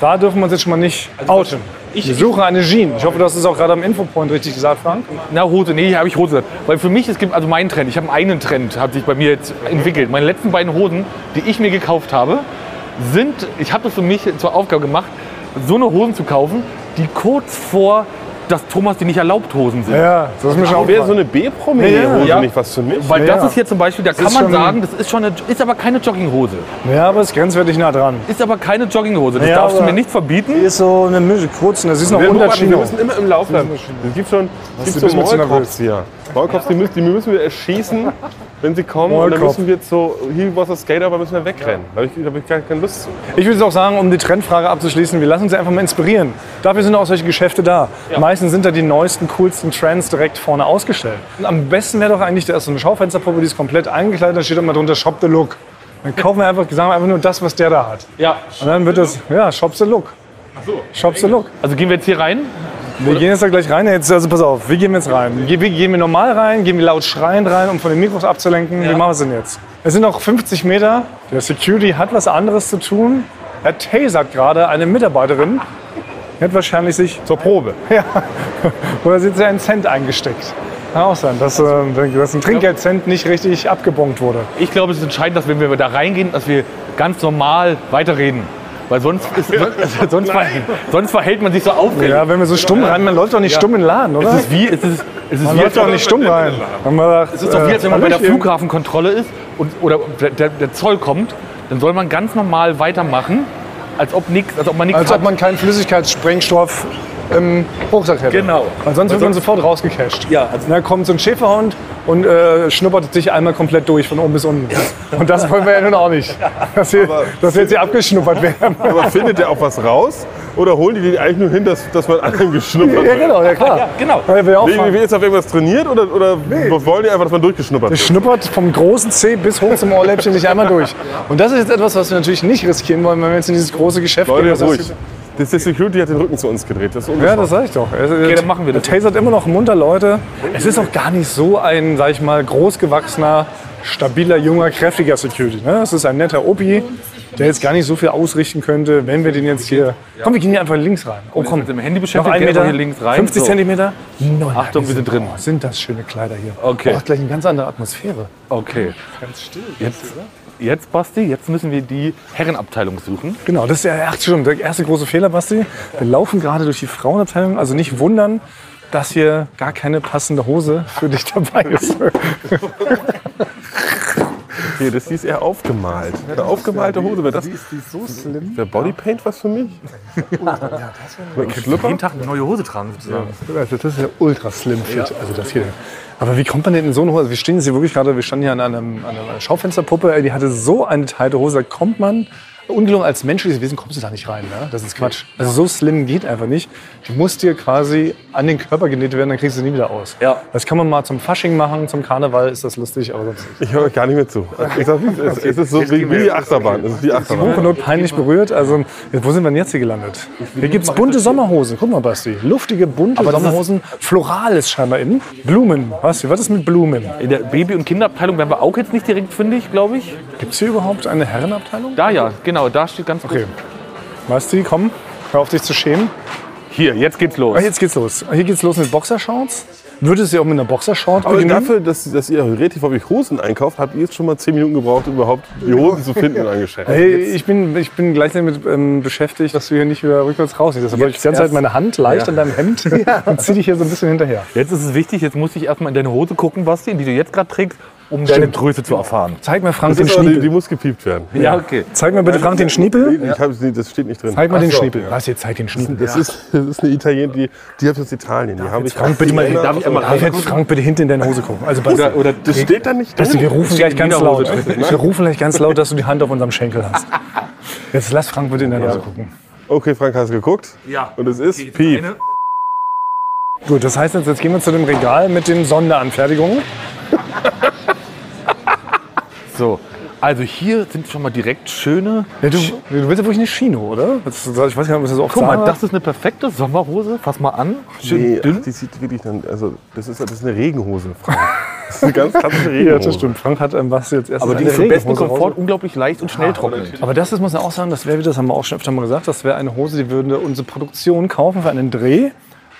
S3: Da dürfen wir uns jetzt schon mal nicht outen. wir suchen eine Jeans. Ich hoffe, du hast es auch gerade am Infopoint richtig gesagt, Frank.
S4: Na, Hose, nee, hier habe ich Hose. gesagt. Weil für mich, es gibt also meinen Trend. Ich habe einen Trend, hat sich bei mir jetzt entwickelt. Meine letzten beiden Hosen, die ich mir gekauft habe, sind, ich habe das für mich zur Aufgabe gemacht, so eine Hosen zu kaufen, die kurz vor das Thomas die nicht erlaubt Hosen sind.
S3: Ja, das ist mir schon
S1: Wäre
S3: aufgefallen.
S1: so eine B-Prominente-Hose nicht was für mich?
S4: Weil
S3: Ja,
S4: das
S3: ja.
S4: ist hier zum Beispiel, da kann
S3: ist
S4: man
S3: schon-
S4: sagen, das ist schon eine, ist aber keine Jogginghose.
S3: Ja, aber es ist grenzwertig nah dran.
S4: Ist aber keine Jogginghose. Das
S3: Ja,
S4: darfst du
S3: aber-
S4: mir nicht verbieten.
S3: ist so eine Mische, kurz, das ist noch
S1: Wir,
S3: unter
S1: beobachten, wir
S3: Chino.
S1: müssen immer im Lauf bleiben. Es gibt schon es
S3: du
S1: gibt so
S3: bist mir zu
S1: Maulkops hier. Maulkops, die, müssen, die müssen wir erschießen, wenn sie kommen. Und dann
S3: Maulkorb.
S1: müssen wir zu He was a Skater, aber müssen wir wegrennen. Da habe ich, da hab ich gar keine Lust zu.
S3: Ich würde jetzt auch sagen, um die Trendfrage abzuschließen, wir lassen uns einfach mal inspirieren. Dafür sind auch solche Geschäfte da. Meistens sind da die neuesten, coolsten Trends direkt vorne ausgestellt. Und am besten wäre doch eigentlich, da ist so eine Schaufensterpuppe, die ist komplett eingekleidet, da steht immer drunter Shop the Look. Dann kaufen wir einfach, sagen wir einfach nur das, was der da hat.
S4: Ja.
S3: Und dann wird das, ja, Shop the Look. Shop the Look.
S4: Also gehen wir jetzt hier rein.
S3: Wir gehen jetzt da gleich rein. Jetzt, also pass auf, wie gehen wir jetzt rein? Ge- Wie gehen wir normal rein? Gehen wir laut schreiend rein, um von den Mikros abzulenken? Wie machen wir es denn jetzt? Es sind noch 50 Meter. Der Security hat was anderes zu tun. Er tasert gerade eine Mitarbeiterin. Er hat wahrscheinlich sich zur Probe. Ja. Oder sie hat sich einen Cent eingesteckt. Kann auch sein, dass, äh, dass ein Trinkgeldcent nicht richtig abgebonkt wurde.
S4: Ich glaube, es ist entscheidend, dass wenn wir da reingehen, dass wir ganz normal weiterreden. Weil sonst, ist, sonst, ver- sonst verhält man sich so auffällig.
S3: Ja, wenn wir so stumm rein, man läuft doch nicht stumm in den Laden, oder?
S4: genau, Es ist wie, es ist, es ist
S3: Man
S4: wie,
S3: läuft doch nicht stumm rein. Wenn man sagt,
S4: es ist doch wie, als wenn man bei der
S3: Hallöchen.
S4: Flughafenkontrolle ist und, oder der, der Zoll kommt, dann soll man ganz normal weitermachen, als ob, nix, als ob man nichts
S3: Als
S4: hat.
S3: ob man keinen Flüssigkeitssprengstoff im Rucksack hätte.
S4: Genau.
S3: Weil sonst wird man sofort rausgecasht.
S7: Ja, also-
S3: da kommt so ein Schäferhund und äh, schnuppert dich einmal komplett durch, von oben bis unten. Und das wollen wir ja nun auch nicht. Dass wir, dass wir jetzt hier abgeschnuppert werden.
S1: Aber findet der auch was raus? Oder holen die den eigentlich nur hin, dass, dass man an einem geschnuppert
S3: ja,
S1: wird?
S3: genau, ja klar.
S4: genau.
S3: Weil wir auch
S1: Nee,
S3: fahren.
S1: wird jetzt auf irgendwas trainiert oder, oder wollen die einfach, dass man durchgeschnuppert
S3: Der
S1: wird?
S3: schnuppert vom großen Zeh bis hoch zum Ohrläppchen dich einmal durch. Und das ist jetzt etwas, was wir natürlich nicht riskieren wollen, wenn wir jetzt in dieses große Geschäft gehen.
S1: Leute,
S3: was
S1: ruhig. Das der Security hat den Rücken zu uns gedreht. Das ist
S3: Ja,
S1: ungeschickt.
S3: das sag ich doch. okay,
S4: dann machen wir das.
S3: Er tasert immer noch munter Leute. Es ist auch gar nicht so ein, sag ich mal, großgewachsener, stabiler, junger, kräftiger Security. Ne? Es ist ein netter Opi, der jetzt gar nicht so viel ausrichten könnte, wenn wir den jetzt hier... Komm, wir gehen hier einfach links rein. Oh, komm.
S4: jetzt im Handy
S3: Noch
S4: beschäftigt,
S3: ein
S4: gehen wir
S3: Meter,
S4: hier links rein.
S3: 50
S4: So.
S3: Zentimeter. Nein,
S4: Achtung, wir sind drin.
S3: Oh, sind das schöne Kleider hier.
S4: Okay.
S3: Oh, gleich eine ganz andere Atmosphäre.
S4: Okay. Jetzt, jetzt, Basti, jetzt müssen wir die Herrenabteilung suchen.
S3: Genau, das ist ja ach, stimmt, der erste große Fehler, Basti. Wir laufen gerade durch die Frauenabteilung, also nicht wundern, dass hier gar keine passende Hose für dich dabei ist.
S1: Hier, das hier ist eher aufgemalt. Eine aufgemalte Hose. Wäre das Wäre Bodypaint was für mich? Mit einem Schlüpper?
S4: Jeden Tag eine neue Hose tragen sozusagen.
S3: Also das ist ja ultra slim fit, also das hier. Aber wie kommt man denn in so eine Hose? Also Wir stehen jetzt hier wirklich gerade, wir standen hier an, einem, an einer Schaufensterpuppe, ey, die hatte so eine teilte Hose, da kommt man ungelogen, als menschliches Wesen kommst du da nicht rein. Ne? Das ist Quatsch. Also so slim geht einfach nicht. Du musst dir quasi an den Körper genäht werden, dann kriegst du sie nie wieder aus.
S8: Ja.
S3: Das kann man mal zum Fasching machen, zum Karneval ist das lustig, aber sonst nicht.
S1: Ich höre euch gar nicht mehr zu. Ich sag, wie es ist. Es ist so wie, wie die Achterbahn. Es ist die Achterbahn.
S3: Hochnot peinlich berührt. Also wo sind wir denn jetzt hier gelandet? Hier gibt es bunte Sommerhosen. Guck mal, Basti. Luftige, bunte Sommerhosen. Floral ist scheinbar in. Blumen. Basti, was ist mit Blumen?
S4: In der Baby- und Kinderabteilung wären wir auch jetzt nicht direkt fündig, glaube ich.
S3: Gibt es hier überhaupt eine Herrenabteilung?
S4: Da ja, genau, da steht ganz
S3: Okay. Basti, komm. Hör auf dich zu schämen.
S4: Hier, jetzt geht's los.
S3: Ah, jetzt geht's los. Hier geht's los mit Boxershorts. Würdest du auch mit einer Boxershort
S1: Aber
S3: beginnen?
S1: dafür, dass, dass ihr relativ häufig Hosen einkauft, habt ihr jetzt schon mal 10 Minuten gebraucht, um überhaupt die Hosen zu finden in einem Geschäft.
S3: Hey, ich bin, ich bin gleich damit ähm, beschäftigt, dass du hier nicht wieder rückwärts rausgehst. Deshalb habe ich die ganze Zeit meine Hand leicht an deinem Hemd und zieh dich hier so ein bisschen hinterher.
S4: Jetzt ist es wichtig, jetzt muss ich erstmal in deine Hose gucken, Basti, in die du jetzt gerade trägst, um deine Größe zu erfahren.
S3: Zeig mir Frank
S1: das
S3: den
S1: ist aber, die,
S3: Schniepel.
S1: die muss gepiept werden.
S8: Ja, okay.
S3: Zeig mir bitte Frank den Schniepel.
S1: Ich hab's nie- das steht nicht drin.
S3: Zeig mal den Schniepel. Was jetzt? Zeig den Schniepel.
S1: Das, ist, das ist eine Italienerin, die, die hat aus Italien. Die habe ich
S3: Frank, bitte mal,
S1: Italiener-
S3: darf ich einmal darf jetzt Frank bitte hinten in deine Hose gucken. Also Basti,
S1: Das steht da nicht
S3: Basti,
S1: drin.
S3: wir rufen gleich ganz
S4: Lederhose
S3: laut. Wir rufen gleich ganz laut, dass du die Hand auf unserem Schenkel hast. Jetzt lass Frank bitte in deine Hose gucken.
S1: Okay, Frank, hast du geguckt?
S4: Ja.
S1: Und es ist Piep.
S3: Gut, das heißt jetzt, jetzt gehen wir zu dem Regal mit den Sonderanfertigungen.
S4: So. Also hier sind schon mal direkt schöne.
S3: Ja, du, du willst ja wirklich eine Chino, oder? Das, ich weiß gar nicht, was das auch
S4: Guck mal, das ist eine perfekte Sommerhose. Fass mal an. Schön
S1: Nee, ach,
S4: dünn.
S1: die sieht wirklich dann, also das ist, das ist eine Regenhose, Frank. Das ist eine ganz
S3: ja,
S1: klassische Regenhose.
S3: das stimmt. Oh. Frank hat ähm, was jetzt erst
S4: Aber die
S3: eine
S4: ist zum besten
S3: Regenhose raus.
S4: Komfort unglaublich leicht und
S1: Ah,
S4: schnell trocknet.
S3: Aber das ist, muss man auch sagen, das wäre, das haben wir auch schon öfter mal gesagt, das wäre eine Hose, die würde unsere Produktion kaufen für einen Dreh,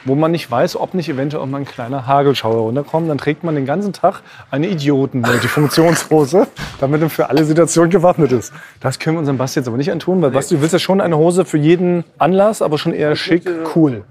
S3: wo man nicht weiß, ob nicht eventuell auch mal ein kleiner Hagelschauer runterkommt. Dann trägt man den ganzen Tag eine Idioten-Multifunktionshose, damit er für alle Situationen gewappnet ist. Das können wir unserem Basti jetzt aber nicht antun, weil Basti, du willst ja schon eine Hose für jeden Anlass, aber schon eher schick, cool.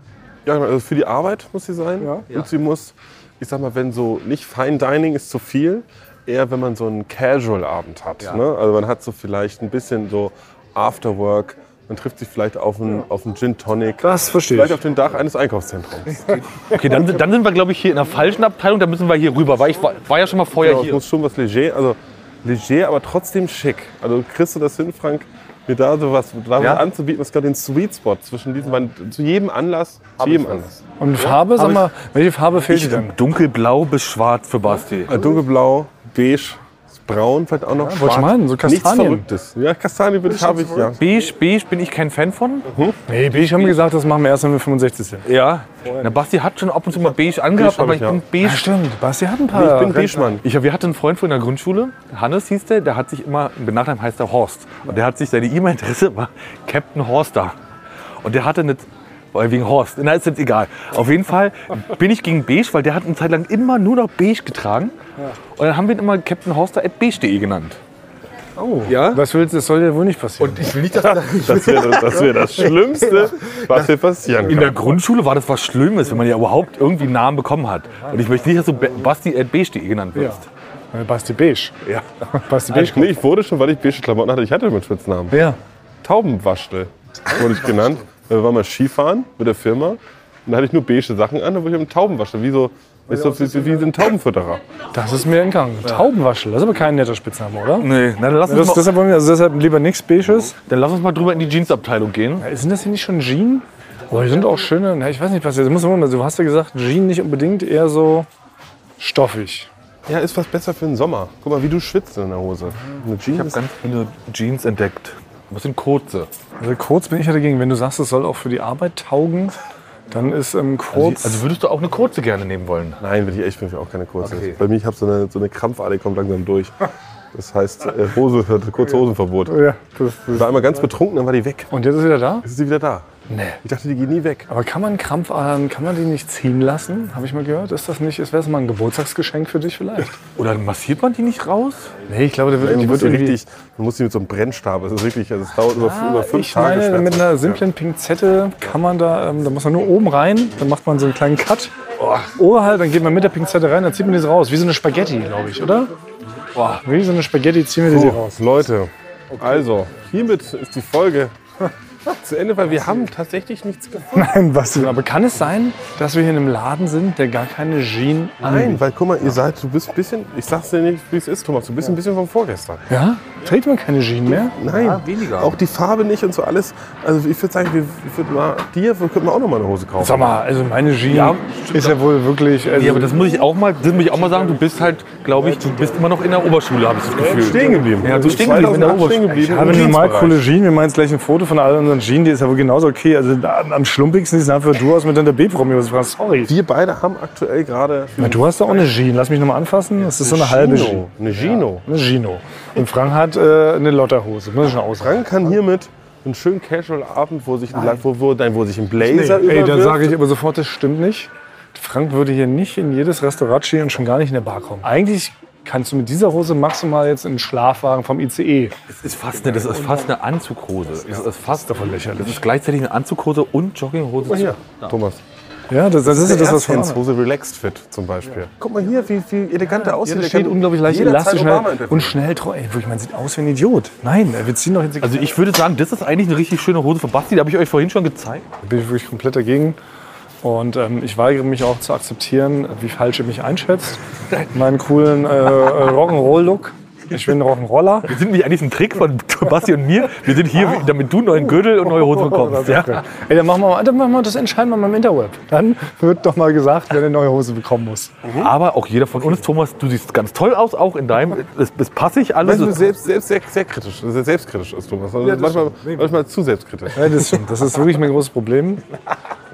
S1: Ja, genau, also für die Arbeit muss sie sein. Und sie muss, ich sag mal, wenn so nicht Fine Dining ist zu viel, eher wenn man so einen Casual-Abend hat. Ne? Also man hat so vielleicht ein bisschen so After Work, man trifft sich vielleicht auf einen, auf einen Gin Tonic.
S3: Das verstehe
S1: Vielleicht auf den Dach eines Einkaufszentrums.
S4: Okay, dann, sind- dann sind wir, glaube ich, hier in der falschen Abteilung. Da müssen wir hier rüber, weil ich war, war ja schon mal vorher
S1: Genau, es
S4: hier.
S1: muss schon was leger, also leger, aber trotzdem schick. Also kriegst du das hin, Frank, mir da so was, da was
S4: Ja?
S1: anzubieten, das ist gerade den Sweet Spot zwischen diesen beiden, zu jedem Anlass, zu jedem Anlass.
S3: Und Farbe, sag mal, welche Farbe fehlt dir denn?
S4: Dunkelblau bis schwarz für Basti.
S1: Äh, Dunkelblau, beige, braun, vielleicht auch noch ja,
S3: wollte ich meinen, so
S1: Nichts
S3: Kastanien.
S1: Verrücktes. Ja, Kastanien bin ich, habe ich, ja.
S4: Beige, beige bin ich kein Fan von.
S3: Nee, B, ich habe mir gesagt, das machen wir erst, wenn wir 65 sind.
S4: Ja. Na, Basti hat schon ab und zu mal beige angehabt,
S1: Beige hab
S4: aber
S1: ich,
S4: ich bin
S1: ja.
S4: beige
S3: stimmt. Basti hat ein
S1: Ich
S3: paar.
S1: bin Beschmann.
S4: Ich, wir hatten einen Freund von der Grundschule, Hannes hieß der, der hat sich immer, mit Nachnamen heißt er Horst. Und der hat sich, seine E-Mail-Adresse war Captain Horster. Und der hatte eine, weil wegen Horst, na ist jetzt egal. Auf jeden Fall bin ich gegen beige, weil der hat eine Zeit lang immer nur noch beige getragen. Und dann haben wir ihn immer Captain Horster at beige.de genannt.
S3: Oh, Das, will, das soll dir wohl nicht passieren.
S4: Ich will nicht, dass
S1: Das wäre das, wäre das Schlimmste, was dir passieren
S4: In
S1: kann.
S4: der Grundschule war das was Schlimmes, wenn man ja überhaupt irgendwie einen Namen bekommen hat. Und ich möchte nicht, dass du Be- Basti at beige.de genannt wirst.
S3: Äh, Basti Beige.
S4: Ja.
S3: Basti Beige.
S1: Nee, ich wurde schon, weil ich beige Klamotten hatte, ich hatte einen Spitznamen.
S3: Ja.
S1: Taubenwaschel wurde ich genannt. Wir waren mal Skifahren mit der Firma. Und da hatte ich nur beige Sachen an, da wurde ich ein Taubenwaschel. Wie so, ich so, wie, so- wie so ein Taubenfütterer.
S3: Das ist mir entgangen. Taubenwaschel, das ist aber kein netter Spitzname, oder?
S4: Nee, na, dann, lass uns
S3: Das,
S4: mal,
S3: deshalb, wollen wir- also deshalb lieber nichts Beiges.
S4: dann lass uns mal drüber in die Jeansabteilung gehen.
S3: Sind das hier nicht schon Jeans? Oh, die sind auch schöne. Na, ich weiß nicht, was das muss man mal. Du hast ja gesagt, Jeans nicht unbedingt, eher so stoffig.
S1: Ja, ist was besser für den Sommer. Guck mal, wie du schwitzt in der Hose. Eine Jeans.
S4: ganz viele Jeans entdeckt. Was sind kurze?
S3: Also kurz bin ich ja dagegen. Wenn du sagst, es soll auch für die Arbeit taugen, dann ist ähm, kurz.
S4: Also würdest du auch eine kurze gerne nehmen wollen?
S1: Nein, will ich echt, will ich auch keine kurze. Bei mir, ich habe so eine, so eine Krampfader, die kommt langsam durch. Das heißt, äh, Hose, kurze Hosenverbot.
S3: ja, das,
S1: Ich war einmal ganz betrunken, dann war die weg.
S3: und jetzt ist er wieder da?
S1: Jetzt ist sie wieder da.
S3: Nee.
S1: Ich dachte, die geht nie weg.
S3: Aber kann man Krampfadern, kann man die nicht ziehen lassen? Habe ich mal gehört. Ist das nicht, ist wäre es mal ein Geburtstagsgeschenk für dich vielleicht?
S4: Oder massiert man die nicht raus?
S3: Nee, ich glaube, der wird,
S1: Man,
S3: die
S1: muss
S3: wird
S1: die
S3: irgendwie... Ah,
S1: richtig, man muss die mit so einem Brennstab. Es ist wirklich, also es dauert über, über fünf
S3: Ich
S1: Tage.
S3: meine,
S1: schwer
S3: mit
S1: zu-
S3: einer simplen Pinzette kann man da, ähm, da muss man nur oben rein, dann macht man so einen kleinen Cut. Oder halt, dann geht man mit der Pinzette rein, dann zieht man die so raus. Wie so eine Spaghetti, glaube ich, oder? Boah,
S1: Oh.
S3: wie so eine Spaghetti ziehen wir die so
S1: So,
S3: raus.
S1: Leute, also hiermit ist die Folge zu Ende, weil wir haben tatsächlich nichts gefunden.
S3: Nein, was denn? Aber kann es sein, dass wir hier in einem Laden sind, der gar keine Jeans
S1: Nein, weil guck mal, ihr seid, du bist ein bisschen, ich sag's dir nicht, wie es ist, Thomas, du bist ein bisschen von vorgestern.
S3: Ja? Trägt man keine Jeans mehr?
S1: Nein, weniger. Auch die Farbe nicht und so alles. Also ich würde sagen, wir, ich würd mal, dir könnten wir auch noch mal eine Hose kaufen.
S3: Sag mal, also meine Jeans
S4: Ja,
S3: ist ja wohl wirklich. Also,
S4: Ja, aber das muss ich auch mal, das muss ich auch mal sagen, du bist halt, glaube ich, du bist immer noch in der Oberschule, habe ich das Gefühl.
S1: Stehen geblieben.
S3: Also
S4: Ja, du stehen geblieben in der
S1: 2008 stehen
S4: Oberschule.
S1: geblieben.
S3: ich habe
S1: im
S3: eine normal
S1: Jeansbereich.
S3: coole Jeans. Wir machen jetzt gleich ein Foto von all unseren Jeans. Die ist ja wohl genauso okay. Also da- am schlumpigsten sieht es einfach du aus mit deiner B-Promi. Was fragst du? Sorry.
S1: Wir beide haben aktuell gerade
S3: Na, du hast doch auch eine Jeans. Lass mich nochmal anfassen. Das ist so eine halbe Jeans.
S1: Gino. Eine Gino.
S3: Eine Gino. Und Frank hat äh, eine Lotterhose. Muss ich schon ausreichen.
S1: Frank kann hiermit einen schönen Casual-Abend, wo sich ein, Blatt- wo, wo, nein, wo sich ein Blazer nee,
S3: Ey, dann sage ich aber sofort, das stimmt nicht. Frank würde hier nicht in jedes Restaurant stehen und schon gar nicht in der Bar kommen. Eigentlich kannst du mit dieser Hose maximal jetzt in den Schlafwagen vom E ICE.
S4: Das ist fast eine, das ist fast eine Anzughose. Das ist fast davon lächerlich. Oh Das ist gleichzeitig eine Anzughose und Jogginghose.
S1: hier, Thomas.
S3: Ja, das, das ist ja das, was Frank
S1: Hose Relaxed Fit zum Beispiel. Guck mal hier, wie, wie elegant der aussieht.
S3: Der
S1: Der
S3: steht
S1: kann
S3: unglaublich leicht
S1: jederzeit
S3: elastisch
S1: Obama
S3: schnell
S1: interviewen.
S3: und schnell treu. Ey, wirklich, man sieht aus wie ein Idiot. Nein, wir ziehen doch jetzt.
S4: Also ich würde sagen, das ist eigentlich eine richtig schöne Hose von Basti, die habe ich euch vorhin schon gezeigt.
S3: bin ich wirklich komplett dagegen. Und ähm, ich weigere mich auch zu akzeptieren, wie falsch ihr mich einschätzt. Meinen coolen äh, äh, Rock'n'Roll-Look. Ich bin ein Rock'n'Roller.
S4: Das sind nicht eigentlich ein Trick von Basti und mir. Wir sind hier, damit du einen neuen Gürtel und neue Hose bekommst. Ah. Ja?
S3: Ey, dann machen, wir mal, dann machen wir das entscheiden wir mal im Interweb. Dann wird doch mal gesagt, wer eine neue Hose bekommen muss.
S4: Aber auch jeder von uns, Thomas, du siehst ganz toll aus, auch in deinem. Das, das passe ich alles.
S3: also
S1: Weißt du, Also selbst, selbst sehr, sehr kritisch, sehr selbstkritisch ist Thomas. Also manchmal, manchmal zu selbstkritisch.
S3: Ja, das stimmt. Das ist wirklich mein großes Problem.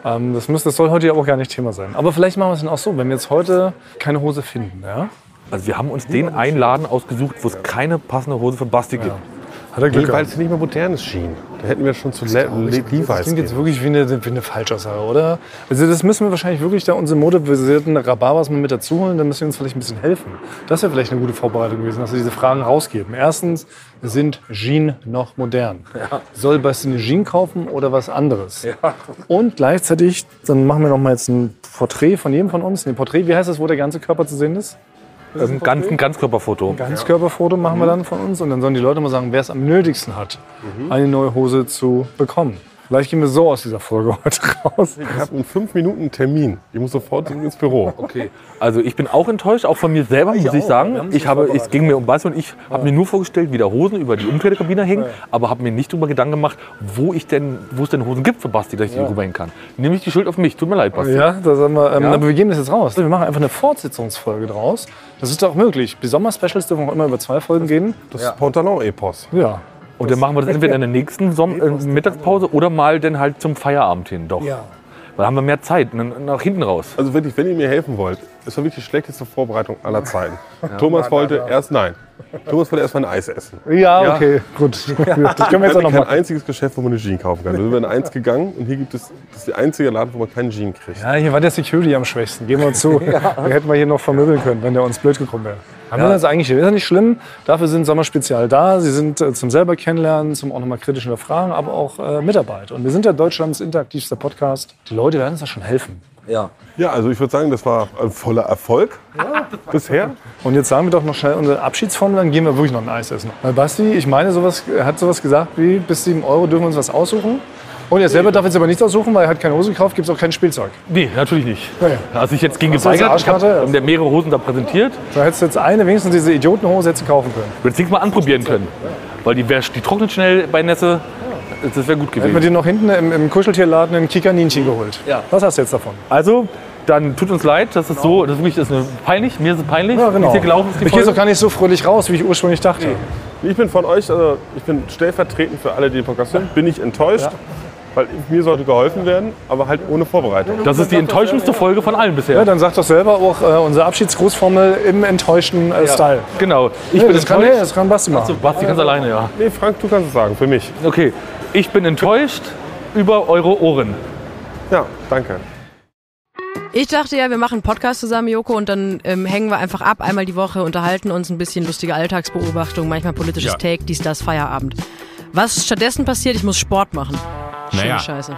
S3: Ähm, das, muss, das soll heute ja auch gar nicht Thema sein. Aber vielleicht machen wir es dann auch so, wenn wir jetzt heute keine Hose finden. Ja?
S4: Also wir haben uns den einen Laden ausgesucht, wo es keine passende Hose von Basti gibt.
S3: Hat er Glück
S1: Weil
S3: gehabt.
S1: es nicht mehr modernes schien. Da hätten wir schon zu Le Le
S3: Das
S1: Levi's
S3: klingt jetzt
S1: gehen.
S3: wirklich wie eine, wie eine Falschaussage, oder? Also das müssen wir wahrscheinlich wirklich da unsere modebasierten Rhabarbers mal mit dazu holen, dann müssen wir uns vielleicht ein bisschen helfen. Das wäre vielleicht eine gute Vorbereitung gewesen, dass wir diese Fragen rausgeben. Erstens, sind Jeans noch modern? Soll Basti eine Jeans kaufen oder was anderes? Und gleichzeitig, dann machen wir noch mal jetzt ein Porträt von jedem von uns. Ein Porträt, wie heißt das, wo der ganze Körper zu sehen ist?
S4: Ein, ganz, ein Ganzkörperfoto.
S3: Ganzkörperfoto machen wir dann von uns und dann sollen die Leute mal sagen, wer es am nötigsten hat, eine neue Hose zu bekommen. Vielleicht gehen wir so aus dieser Folge heute raus.
S1: Ich habe in fünf Minuten einen Termin. Ich muss sofort ins Büro.
S4: Okay. Also ich bin auch enttäuscht, auch von mir selber, muss ich sagen. Ich habe, es ging mir um Basti und ich habe mir nur vorgestellt, wie da Hosen über die Umkleidekabine hängen, aber habe mir nicht darüber Gedanken gemacht, wo ich denn, wo es denn Hosen gibt für Basti, dass ich die rüberhängen kann. Nehme ich die Schuld auf mich. Tut mir leid, Basti.
S3: Ja, da sagen wir, ähm, aber wir geben das jetzt raus. Wir machen einfach eine Fortsetzungsfolge draus. Das ist doch möglich. Die Sommer-Specials dürfen auch immer über zwei Folgen gehen.
S1: Das ist Pantalon-Epos.
S3: Ja.
S4: Und dann machen wir das entweder in der nächsten Som äh, Mittagspause oder mal dann halt zum Feierabend hin. Doch. Ja. Weil haben wir mehr Zeit, n- nach hinten raus.
S1: Also wirklich, wenn ihr mir helfen wollt, das war wirklich die schlechteste Vorbereitung aller Zeiten. Thomas wollte erst, nein, Thomas wollte erst mal ein Eis essen.
S3: Ja, okay, gut. Das können wir
S1: Ich
S3: jetzt auch
S1: hatte
S3: noch
S1: kein
S3: machen.
S1: einziges Geschäft, wo man eine Jeans kaufen kann. Also Wir sind in eins gegangen und hier gibt es, das ist der einzige Laden, wo man keinen Jeans kriegt.
S3: Ja, hier war der Security am schwächsten, geben wir zu. Den hätten wir hier noch vermöbeln können, wenn der uns blöd gekommen wäre. Haben wir das eigentlich hier? Ist ja nicht schlimm. Dafür sind Sommerspezial da. Sie sind äh, zum selber kennenlernen, zum auch nochmal kritisch hinterfragen, aber auch äh, Mitarbeit. Und wir sind ja Deutschlands interaktivster Podcast. Die Leute werden uns da schon helfen.
S1: Ja, also ich würde sagen, das war ein voller Erfolg bisher.
S3: Und jetzt sagen wir doch noch schnell unsere Abschiedsformel, dann gehen wir wirklich noch ein Eis essen. Weil Basti, ich meine, sowas, er hat sowas gesagt wie, bis 7 Euro dürfen wir uns was aussuchen. Und er selber darf jetzt aber nichts aussuchen, weil er hat keine Hose gekauft, gibt es auch kein Spielzeug.
S4: Nee, natürlich nicht.
S3: Nee.
S4: Also ich jetzt gegen
S3: Das war jetzt
S4: geweigert. Ich
S3: Arschkarte, ja.
S4: habe der mehrere Hosen da präsentiert.
S3: Da hättest du jetzt eine, wenigstens diese Idiotenhose hättest du kaufen können.
S4: Würde es nichts mal anprobieren können. Weil die, wär, die trocknet schnell bei Nässe. Das wäre gut
S3: Hätten wir
S4: gewesen.
S3: dir noch hinten im, im Kuscheltierladen einen Kikaninchen geholt.
S4: Ja.
S3: Was hast du jetzt davon?
S4: Also, dann tut uns leid, dass es so, das ist wirklich das ist eine, peinlich. Mir ist es peinlich. Ist hier gelaufen ist
S3: genau. ich
S4: die
S3: gehe
S4: Folge.
S3: doch gar nicht so fröhlich raus, wie ich ursprünglich dachte.
S1: Ich bin von euch, also ich bin stellvertretend für alle, die den Podcast hören, bin ich enttäuscht, weil mir sollte geholfen werden, aber halt ohne Vorbereitung.
S4: Das ist die enttäuschendste Folge von allen bisher.
S3: Ja, dann sag doch selber auch äh, unsere Abschiedsgrußformel im enttäuschten äh, Style.
S4: Genau. Ich
S3: Nee,
S4: bin
S3: das, kann, nee,
S4: enttäuscht.
S3: das kann Basti machen.
S4: Basti ganz alleine, ja.
S1: Nee, Frank, du kannst es sagen, für mich.
S4: Okay. Ich bin enttäuscht über eure Ohren.
S1: Ja, danke.
S5: Ich dachte ja, wir machen einen Podcast zusammen, Joko, und dann ähm, hängen wir einfach ab, einmal die Woche, unterhalten uns ein bisschen lustige Alltagsbeobachtung, manchmal politisches Take, dies, das, Feierabend. Was stattdessen passiert, ich muss Sport machen. Schöne
S9: Naja.
S5: Scheiße.